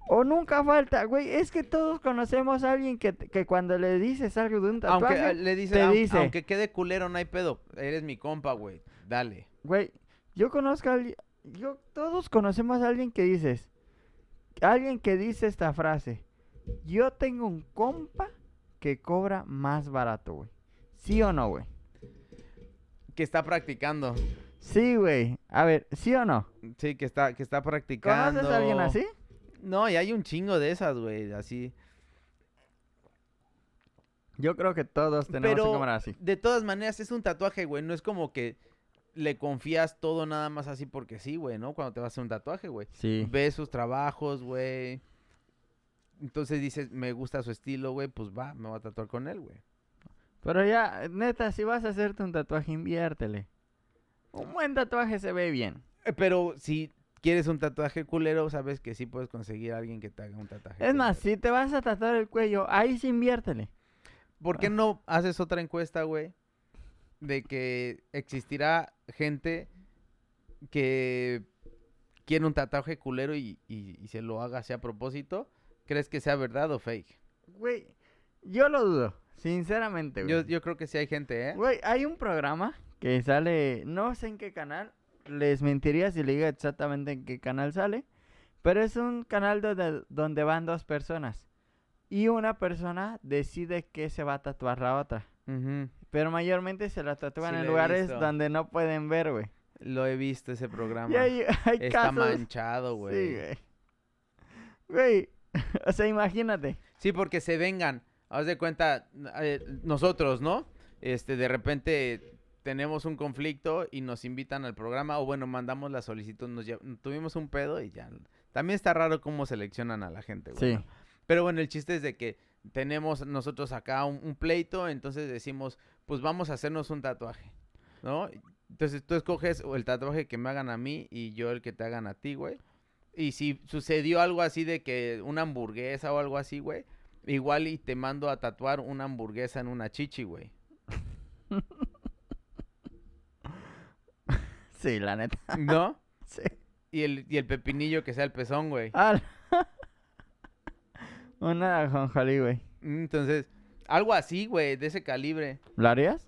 Speaker 1: O nunca falta, güey, es que todos conocemos a alguien que, que cuando le dices algo de un
Speaker 2: aunque
Speaker 1: tatuaje,
Speaker 2: eh, le dice,
Speaker 1: te
Speaker 2: "Aun-
Speaker 1: dice".
Speaker 2: aunque quede culero, no hay pedo. Eres mi compa, güey. Dale.
Speaker 1: Güey, yo conozco a alguien. Yo, todos conocemos a alguien que dices. Alguien que dice esta frase. Yo tengo un compa que cobra más barato, güey. ¿Sí o no, güey?
Speaker 2: Que está practicando.
Speaker 1: Sí, güey. A ver, ¿sí o no?
Speaker 2: Sí, que está, que está practicando.
Speaker 1: ¿Conoces a alguien así?
Speaker 2: No, y hay un chingo de esas, güey. Así.
Speaker 1: Yo creo que todos tenemos
Speaker 2: Pero,
Speaker 1: un camarada así.
Speaker 2: De todas maneras, es un tatuaje, güey. No es como que le confías todo nada más así porque sí, güey, ¿no? Cuando te vas a hacer un tatuaje, güey.
Speaker 1: Sí.
Speaker 2: Ves sus trabajos, güey. Entonces dices, me gusta su estilo, güey, pues va, me voy a tatuar con él, güey.
Speaker 1: Pero ya, neta, si vas a hacerte un tatuaje, inviértele. Un buen tatuaje se ve bien.
Speaker 2: Eh, Pero si quieres un tatuaje culero, sabes que sí puedes conseguir a alguien que te haga un tatuaje.
Speaker 1: Es más,
Speaker 2: culero.
Speaker 1: si te vas a tatuar el cuello, ahí sí inviértele.
Speaker 2: ¿Por
Speaker 1: ah.
Speaker 2: qué no haces otra encuesta, güey? De que existirá gente que quiere un tatuaje culero y, y- y se lo haga así a propósito. ¿Crees que sea verdad o fake?
Speaker 1: Güey, yo lo dudo, sinceramente, güey.
Speaker 2: Yo, yo creo que sí hay gente, ¿eh?
Speaker 1: Güey, hay un programa que sale, no sé en qué canal, les mentiría si le digo exactamente en qué canal sale, pero es un canal donde, donde van dos personas y una persona decide qué se va a tatuar la otra,
Speaker 2: Ujú.
Speaker 1: pero mayormente se la tatúan
Speaker 2: Sí, lo
Speaker 1: en
Speaker 2: he
Speaker 1: lugares
Speaker 2: visto.
Speaker 1: donde no pueden ver, güey.
Speaker 2: Lo he visto ese programa.
Speaker 1: Y hay, hay
Speaker 2: Está
Speaker 1: casos...
Speaker 2: manchado, güey.
Speaker 1: sí, güey. Güey, o sea, imagínate.
Speaker 2: Sí, porque se vengan. Haz de cuenta, eh, nosotros, ¿no? Este, de repente tenemos un conflicto y nos invitan al programa, o bueno, mandamos la solicitud, nos lle- tuvimos un pedo y ya. También está raro cómo seleccionan a la gente, güey.
Speaker 1: Sí.
Speaker 2: ¿no? Pero bueno, el chiste es de que tenemos nosotros acá un, un pleito, entonces decimos, pues vamos a hacernos un tatuaje, ¿no? Entonces tú escoges o el tatuaje que me hagan a mí y yo el que te hagan a ti, güey. Y si sucedió algo así de que una hamburguesa o algo así, güey, igual y te mando a tatuar una hamburguesa en una chichi, güey.
Speaker 1: Sí, la neta.
Speaker 2: ¿No?
Speaker 1: Sí.
Speaker 2: y, el, y el pepinillo que sea el pezón, güey.
Speaker 1: Ah, una ajonjolí, güey.
Speaker 2: Entonces, algo así, güey, de ese calibre.
Speaker 1: ¿Lo harías?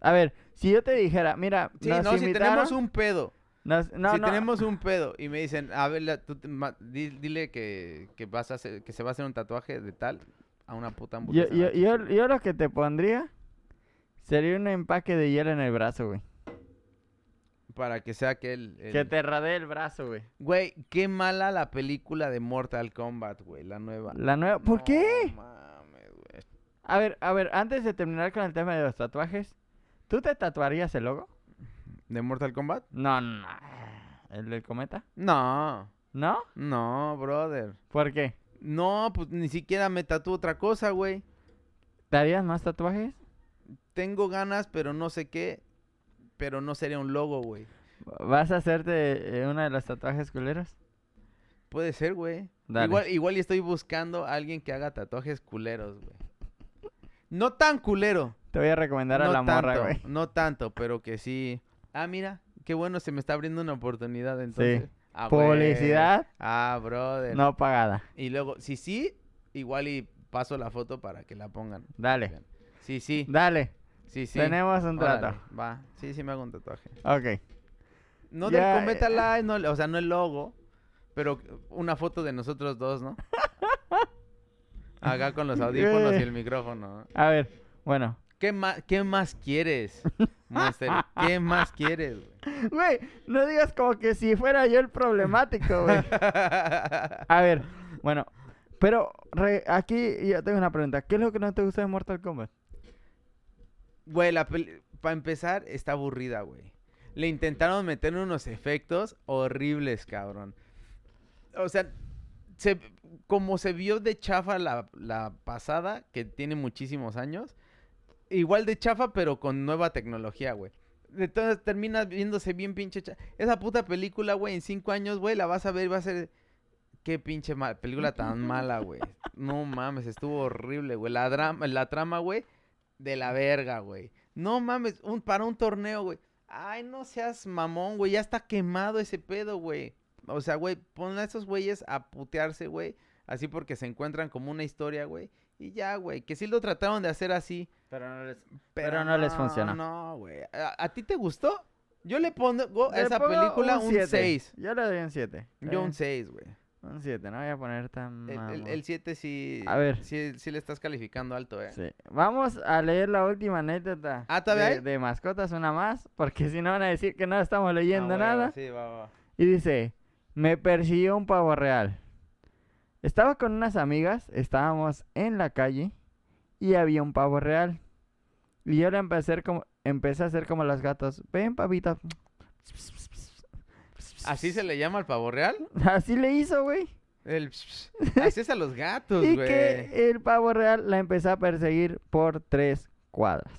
Speaker 1: A ver, si yo te dijera, mira,
Speaker 2: Sí,
Speaker 1: nos
Speaker 2: no, si
Speaker 1: invitaron,
Speaker 2: tenemos un pedo.
Speaker 1: nos- no,
Speaker 2: si
Speaker 1: no,
Speaker 2: tenemos un pedo y me dicen, a ver, la- tú te ma- di- dile que, que vas a hacer, que se va a hacer un tatuaje de tal a una puta
Speaker 1: yo,
Speaker 2: hamburguesa.
Speaker 1: yo,
Speaker 2: ¿no?
Speaker 1: yo, yo lo que te pondría sería un empaque de hielo en el brazo, güey.
Speaker 2: Para que sea que el... el-
Speaker 1: Que te rodee el brazo, güey.
Speaker 2: Güey, qué mala la película de Mortal Kombat, güey, la nueva.
Speaker 1: La nueva... ¿Por
Speaker 2: No
Speaker 1: qué?
Speaker 2: mames, güey.
Speaker 1: A ver, a ver, antes de terminar con el tema de los tatuajes, ¿tú te tatuarías el logo?
Speaker 2: ¿De Mortal Kombat?
Speaker 1: No, no. ¿El del cometa?
Speaker 2: No,
Speaker 1: ¿No?
Speaker 2: no, brother.
Speaker 1: ¿Por qué?
Speaker 2: No, pues ni siquiera me tatúo otra cosa, güey.
Speaker 1: ¿Te harías más tatuajes?
Speaker 2: Tengo ganas, pero no sé qué. Pero no sería un logo, güey.
Speaker 1: ¿Vas a hacerte eh, uno de los tatuajes culeros?
Speaker 2: Puede ser, güey.
Speaker 1: Dale.
Speaker 2: Igual, igual y estoy buscando a alguien que haga tatuajes culeros, güey. No tan culero.
Speaker 1: Te voy a recomendar
Speaker 2: no
Speaker 1: a la morra,
Speaker 2: tanto,
Speaker 1: güey.
Speaker 2: No tanto, pero que sí. Ah, mira, qué bueno, se me está abriendo una oportunidad entonces. Ah, güey.
Speaker 1: Publicidad
Speaker 2: Ah, brother.
Speaker 1: no pagada.
Speaker 2: Y luego, si sí, igual y paso la foto para que la pongan.
Speaker 1: Dale,
Speaker 2: Sí, sí.
Speaker 1: dale.
Speaker 2: Sí, sí.
Speaker 1: Tenemos un trato.
Speaker 2: Órale, Va, sí, sí me hago un tatuaje.
Speaker 1: Ok.
Speaker 2: No
Speaker 1: Ya,
Speaker 2: del Cometa
Speaker 1: eh.
Speaker 2: Live, no, o sea, no el logo, pero una foto de nosotros dos, ¿no? Acá con los audífonos y el micrófono. ¿no?
Speaker 1: A ver, bueno.
Speaker 2: ¿Qué más, qué más quieres, Monster? ¿Qué más quieres, güey?
Speaker 1: Güey, no digas como que si fuera yo el problemático, güey. A ver, bueno. Pero re- aquí yo tengo una pregunta. ¿Qué es lo que no te gusta de Mortal Kombat?
Speaker 2: Güey, la para empezar, está aburrida, güey. Le intentaron meter unos efectos horribles, cabrón. O sea, se- como se vio de chafa la, la pasada, que tiene muchísimos años, igual de chafa, pero con nueva tecnología, güey. Entonces termina viéndose bien pinche cha- Esa puta película, güey, en cinco años, güey, la vas a ver y va a ser... Qué pinche ma- película tan mala, güey. No mames, estuvo horrible, güey. La, drama, la trama, güey, de la verga, güey. No mames, un, para un torneo, güey. Ay, no seas mamón, güey. Ya está quemado ese pedo, güey. O sea, güey, pon a esos güeyes a putearse, güey. Así porque se encuentran como una historia, güey. Y ya, güey. Que sí lo trataron de hacer así.
Speaker 1: Pero no les...
Speaker 2: Pero,
Speaker 1: Pero no les funcionó.
Speaker 2: No, güey. ¿A, a ti te gustó? Yo le pongo a
Speaker 1: Oh, Le
Speaker 2: esa
Speaker 1: pongo
Speaker 2: película un
Speaker 1: siete.
Speaker 2: 6.
Speaker 1: Yo le doy un 7.
Speaker 2: Yo un 6, güey.
Speaker 1: Un 7, no voy a poner tan...
Speaker 2: El- El,
Speaker 1: mamón.
Speaker 2: el 7 sí.
Speaker 1: A ver.
Speaker 2: Sí, sí le estás calificando alto, ¿eh?
Speaker 1: Sí. Vamos a leer la última anécdota
Speaker 2: Ah, ¿todavía
Speaker 1: de,
Speaker 2: hay?
Speaker 1: de mascotas, una más, porque si no van a decir que no estamos leyendo
Speaker 2: Ah, huevo,
Speaker 1: nada.
Speaker 2: Sí, va, va.
Speaker 1: Y dice, me persiguió un pavo real. Estaba con unas amigas, estábamos en la calle y había un pavo real. Y yo le empecé a hacer como, empecé a hacer como los gatos. Ven, pavito.
Speaker 2: ¿Así se le llama al pavo real?
Speaker 1: Así le hizo, güey.
Speaker 2: El... Así es a los gatos,
Speaker 1: y
Speaker 2: Pues, güey.
Speaker 1: que el pavo real la empezó a perseguir por tres cuadras.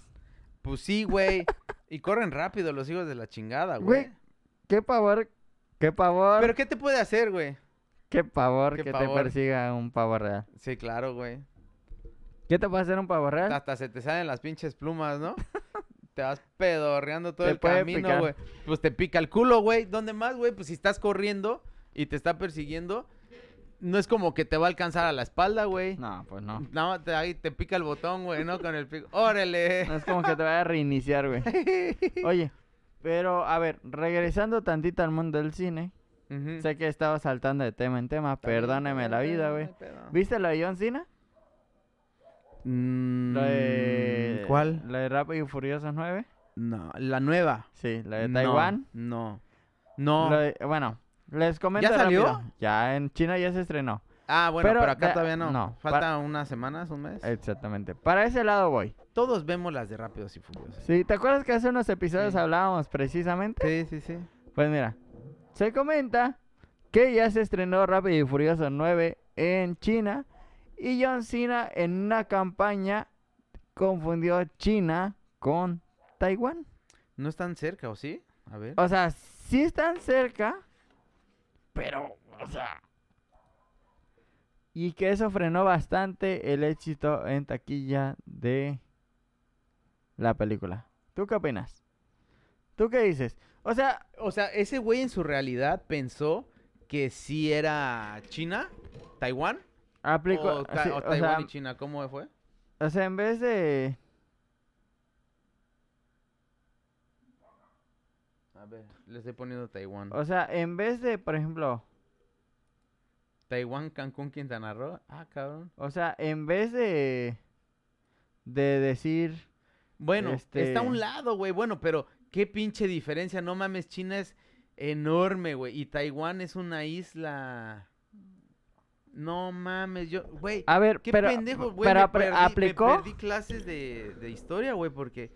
Speaker 2: Pues sí, güey. Y corren rápido los hijos de la chingada,
Speaker 1: Güey, ah.
Speaker 2: güey.
Speaker 1: qué pavor, qué pavor,
Speaker 2: Pero ¿qué te puede hacer, güey?
Speaker 1: qué pavor
Speaker 2: qué
Speaker 1: que te
Speaker 2: pavor.
Speaker 1: persiga un pavo real.
Speaker 2: Sí, claro, güey.
Speaker 1: ¿Qué te puede hacer un pavo real?
Speaker 2: Hasta se te salen las pinches plumas, ¿no? te vas pedorreando todo
Speaker 1: Te
Speaker 2: el
Speaker 1: puede
Speaker 2: camino,
Speaker 1: picar.
Speaker 2: güey. Pues te pica el culo, güey. ¿Dónde más, güey? Pues si estás corriendo y te está persiguiendo, no es como que te va a alcanzar a la espalda, güey.
Speaker 1: No, pues no.
Speaker 2: Nada más te, ahí te pica el botón, güey, ¿no? Con el pico. ¡Órale!
Speaker 1: No es como que te vaya a reiniciar, güey. Oye, pero a ver, regresando tantito al mundo del cine,
Speaker 2: Ujú.
Speaker 1: sé que estaba saltando de tema en tema,
Speaker 2: Está bien,
Speaker 1: perdóname
Speaker 2: está
Speaker 1: la
Speaker 2: bien,
Speaker 1: vida,
Speaker 2: no hay
Speaker 1: güey.
Speaker 2: pedo.
Speaker 1: ¿Viste lo de John Cena? Lo de...
Speaker 2: Mm, ¿Cuál?
Speaker 1: Lo de Rápido y Furiosos 9.
Speaker 2: No, la nueva.
Speaker 1: Sí, lo de
Speaker 2: No,
Speaker 1: Taiwán.
Speaker 2: No. No.
Speaker 1: Lo de- Bueno, les comento
Speaker 2: salió?
Speaker 1: rápido. Ya, en China ya se estrenó.
Speaker 2: Ah, bueno,
Speaker 1: Pero
Speaker 2: pero, acá
Speaker 1: de-
Speaker 2: todavía no. Eh,
Speaker 1: no,
Speaker 2: Falta
Speaker 1: para-
Speaker 2: unas semanas, un mes.
Speaker 1: Exactamente. Para ese lado voy.
Speaker 2: Todos vemos las de Rápidos y Furiosos.
Speaker 1: Sí, ¿te acuerdas que hace unos episodios
Speaker 2: Sí.
Speaker 1: hablábamos precisamente?
Speaker 2: Sí, sí, sí.
Speaker 1: Pues mira, se comenta que ya se estrenó Rápido y Furioso 9 en China y John Cena en una campaña confundió China con Taiwán.
Speaker 2: No están cerca, ¿o sí? A ver.
Speaker 1: O sea, sí están cerca, pero, o sea... Y que eso frenó bastante el éxito en taquilla de la película. ¿Tú qué opinas? ¿Tú qué dices? O sea,
Speaker 2: O sea, ese güey en su realidad pensó que sí era China, Taiwán.
Speaker 1: aplicó...
Speaker 2: o, Ta-
Speaker 1: sí,
Speaker 2: o
Speaker 1: o
Speaker 2: Taiwán
Speaker 1: sea,
Speaker 2: y China, ¿cómo fue?
Speaker 1: O sea, en vez de.
Speaker 2: A ver, le estoy poniendo Taiwán.
Speaker 1: O sea, en vez de, por ejemplo.
Speaker 2: Taiwán, Cancún, Quintana Roo. Ah, cabrón.
Speaker 1: O sea, en vez de. De decir.
Speaker 2: Bueno, está a
Speaker 1: Este-
Speaker 2: un lado, güey. Bueno, pero qué pinche diferencia. No mames, China es enorme, güey. Y Taiwán es una isla. No mames, yo, güey.
Speaker 1: A ver,
Speaker 2: Qué
Speaker 1: Ah, pero.
Speaker 2: pendejo, güey.
Speaker 1: pero
Speaker 2: me
Speaker 1: apre-
Speaker 2: perdí- me
Speaker 1: aplicó.
Speaker 2: perdí clases de, de historia, güey, porque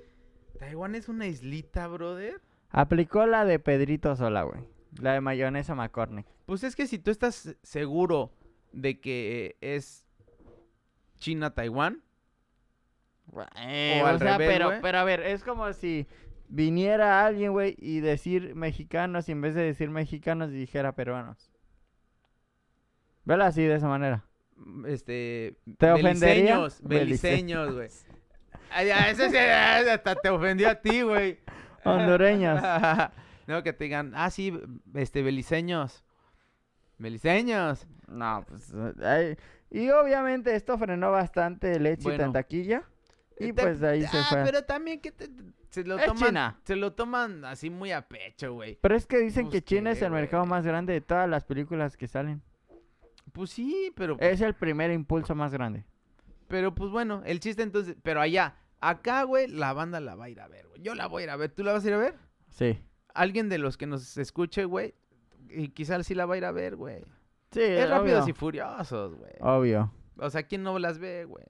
Speaker 2: Taiwán es una islita, brother.
Speaker 1: Aplicó la de Pedrito Sola, güey. La de mayonesa McCormick.
Speaker 2: Pues es que si tú estás seguro de que es China-Taiwán,
Speaker 1: Eh,
Speaker 2: o al revés,
Speaker 1: pero,
Speaker 2: güey.
Speaker 1: pero a ver, es como si viniera alguien, güey, y decir mexicanos, y en vez de decir mexicanos, dijera peruanos. Vela así, de esa manera.
Speaker 2: este...
Speaker 1: ¿Te ofendería?
Speaker 2: Beliceños, beliceños, güey. Ay, ay, Eso sí, ay, hasta te ofendió a ti, güey.
Speaker 1: Hondureños.
Speaker 2: no, que te digan, ah, sí, este, beliceños. Beliceños.
Speaker 1: No, pues. eh, y obviamente esto frenó bastante el éxito en
Speaker 2: Bueno.
Speaker 1: taquilla. Y
Speaker 2: Te-
Speaker 1: pues de ahí se
Speaker 2: ah,
Speaker 1: fue. Pero...
Speaker 2: pero también que te- te- se lo
Speaker 1: Es
Speaker 2: toman,
Speaker 1: China.
Speaker 2: se lo toman así muy a pecho, güey.
Speaker 1: es que dicen
Speaker 2: Pues
Speaker 1: que China es
Speaker 2: qué,
Speaker 1: el mercado
Speaker 2: güey.
Speaker 1: más grande de todas las películas que salen.
Speaker 2: Pues sí, pero
Speaker 1: Es el primer impulso más grande.
Speaker 2: pero pues bueno, el chiste entonces, pero allá, acá, güey, la banda la va a ir a ver, güey. Yo la voy a ir a ver, ¿tú la vas a ir a ver?
Speaker 1: Sí.
Speaker 2: Alguien de los que nos escuche, güey, y quizás sí la va a ir a ver, güey.
Speaker 1: Sí,
Speaker 2: Es
Speaker 1: rápido.
Speaker 2: rápidos y furiosos, güey.
Speaker 1: Obvio.
Speaker 2: O sea, ¿quién no las ve, güey?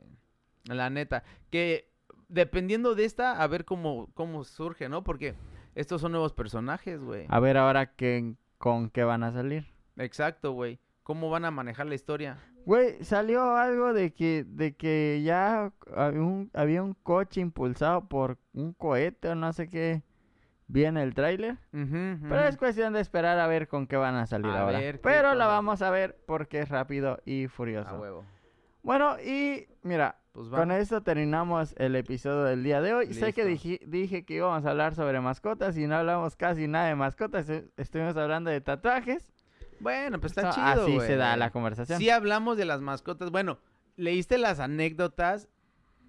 Speaker 2: La neta. Que dependiendo de esta, a ver cómo, cómo surge, ¿no? Porque estos son nuevos personajes, güey.
Speaker 1: A ver ahora qué, con qué van a salir.
Speaker 2: Exacto, güey. ¿Cómo van a manejar la historia?
Speaker 1: Güey, salió algo de que, de que ya había un, había un coche impulsado por un cohete o no sé qué. Viene el tráiler. Pero es cuestión de esperar a ver con qué van a salir
Speaker 2: A
Speaker 1: ahora.
Speaker 2: ver qué
Speaker 1: Pero la
Speaker 2: cosa.
Speaker 1: vamos a ver porque es rápido y furioso.
Speaker 2: A huevo.
Speaker 1: bueno, y mira,
Speaker 2: Pues
Speaker 1: con e-
Speaker 2: va.
Speaker 1: esto terminamos el episodio del día de hoy. Sé que
Speaker 2: Listo.
Speaker 1: dije, dije que íbamos a hablar sobre mascotas y no hablamos casi nada de mascotas. e- Estuvimos hablando de tatuajes.
Speaker 2: Bueno, pues está
Speaker 1: So,
Speaker 2: chido,
Speaker 1: Así
Speaker 2: güey.
Speaker 1: se da la conversación.
Speaker 2: Sí hablamos de las mascotas. Bueno, leíste las anécdotas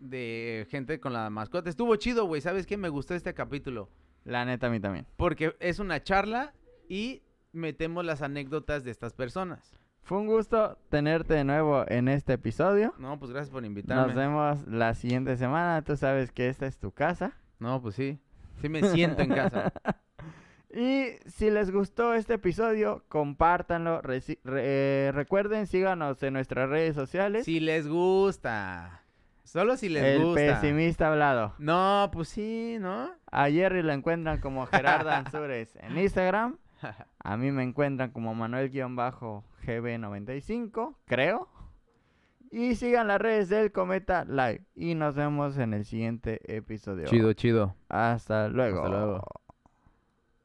Speaker 2: de gente con la mascota. Estuvo chido, güey. ¿Sabes qué? Me gustó este capítulo.
Speaker 1: La neta, a mí también.
Speaker 2: Porque es una charla y metemos las anécdotas de estas personas.
Speaker 1: Fue un gusto tenerte de nuevo en este episodio.
Speaker 2: No, pues gracias por
Speaker 1: Nos
Speaker 2: invitarme.
Speaker 1: vemos la siguiente semana. Tú sabes que esta es tu casa.
Speaker 2: No, pues sí. Sí me siento en casa.
Speaker 1: Y si les gustó este episodio, compártanlo. reci- re- eh, recuerden, síganos en nuestras redes sociales.
Speaker 2: Si les gusta. Solo si les
Speaker 1: el
Speaker 2: gusta.
Speaker 1: pesimista hablado.
Speaker 2: No, pues sí, ¿no?
Speaker 1: A Jerry lo encuentran como Gerardo Ansures en Instagram. A mí me encuentran como Manuel-GB95, creo. Y sigan las redes del Cometa Live. Y nos vemos en el siguiente episodio.
Speaker 2: Chido, chido.
Speaker 1: Hasta luego.
Speaker 2: Hasta luego.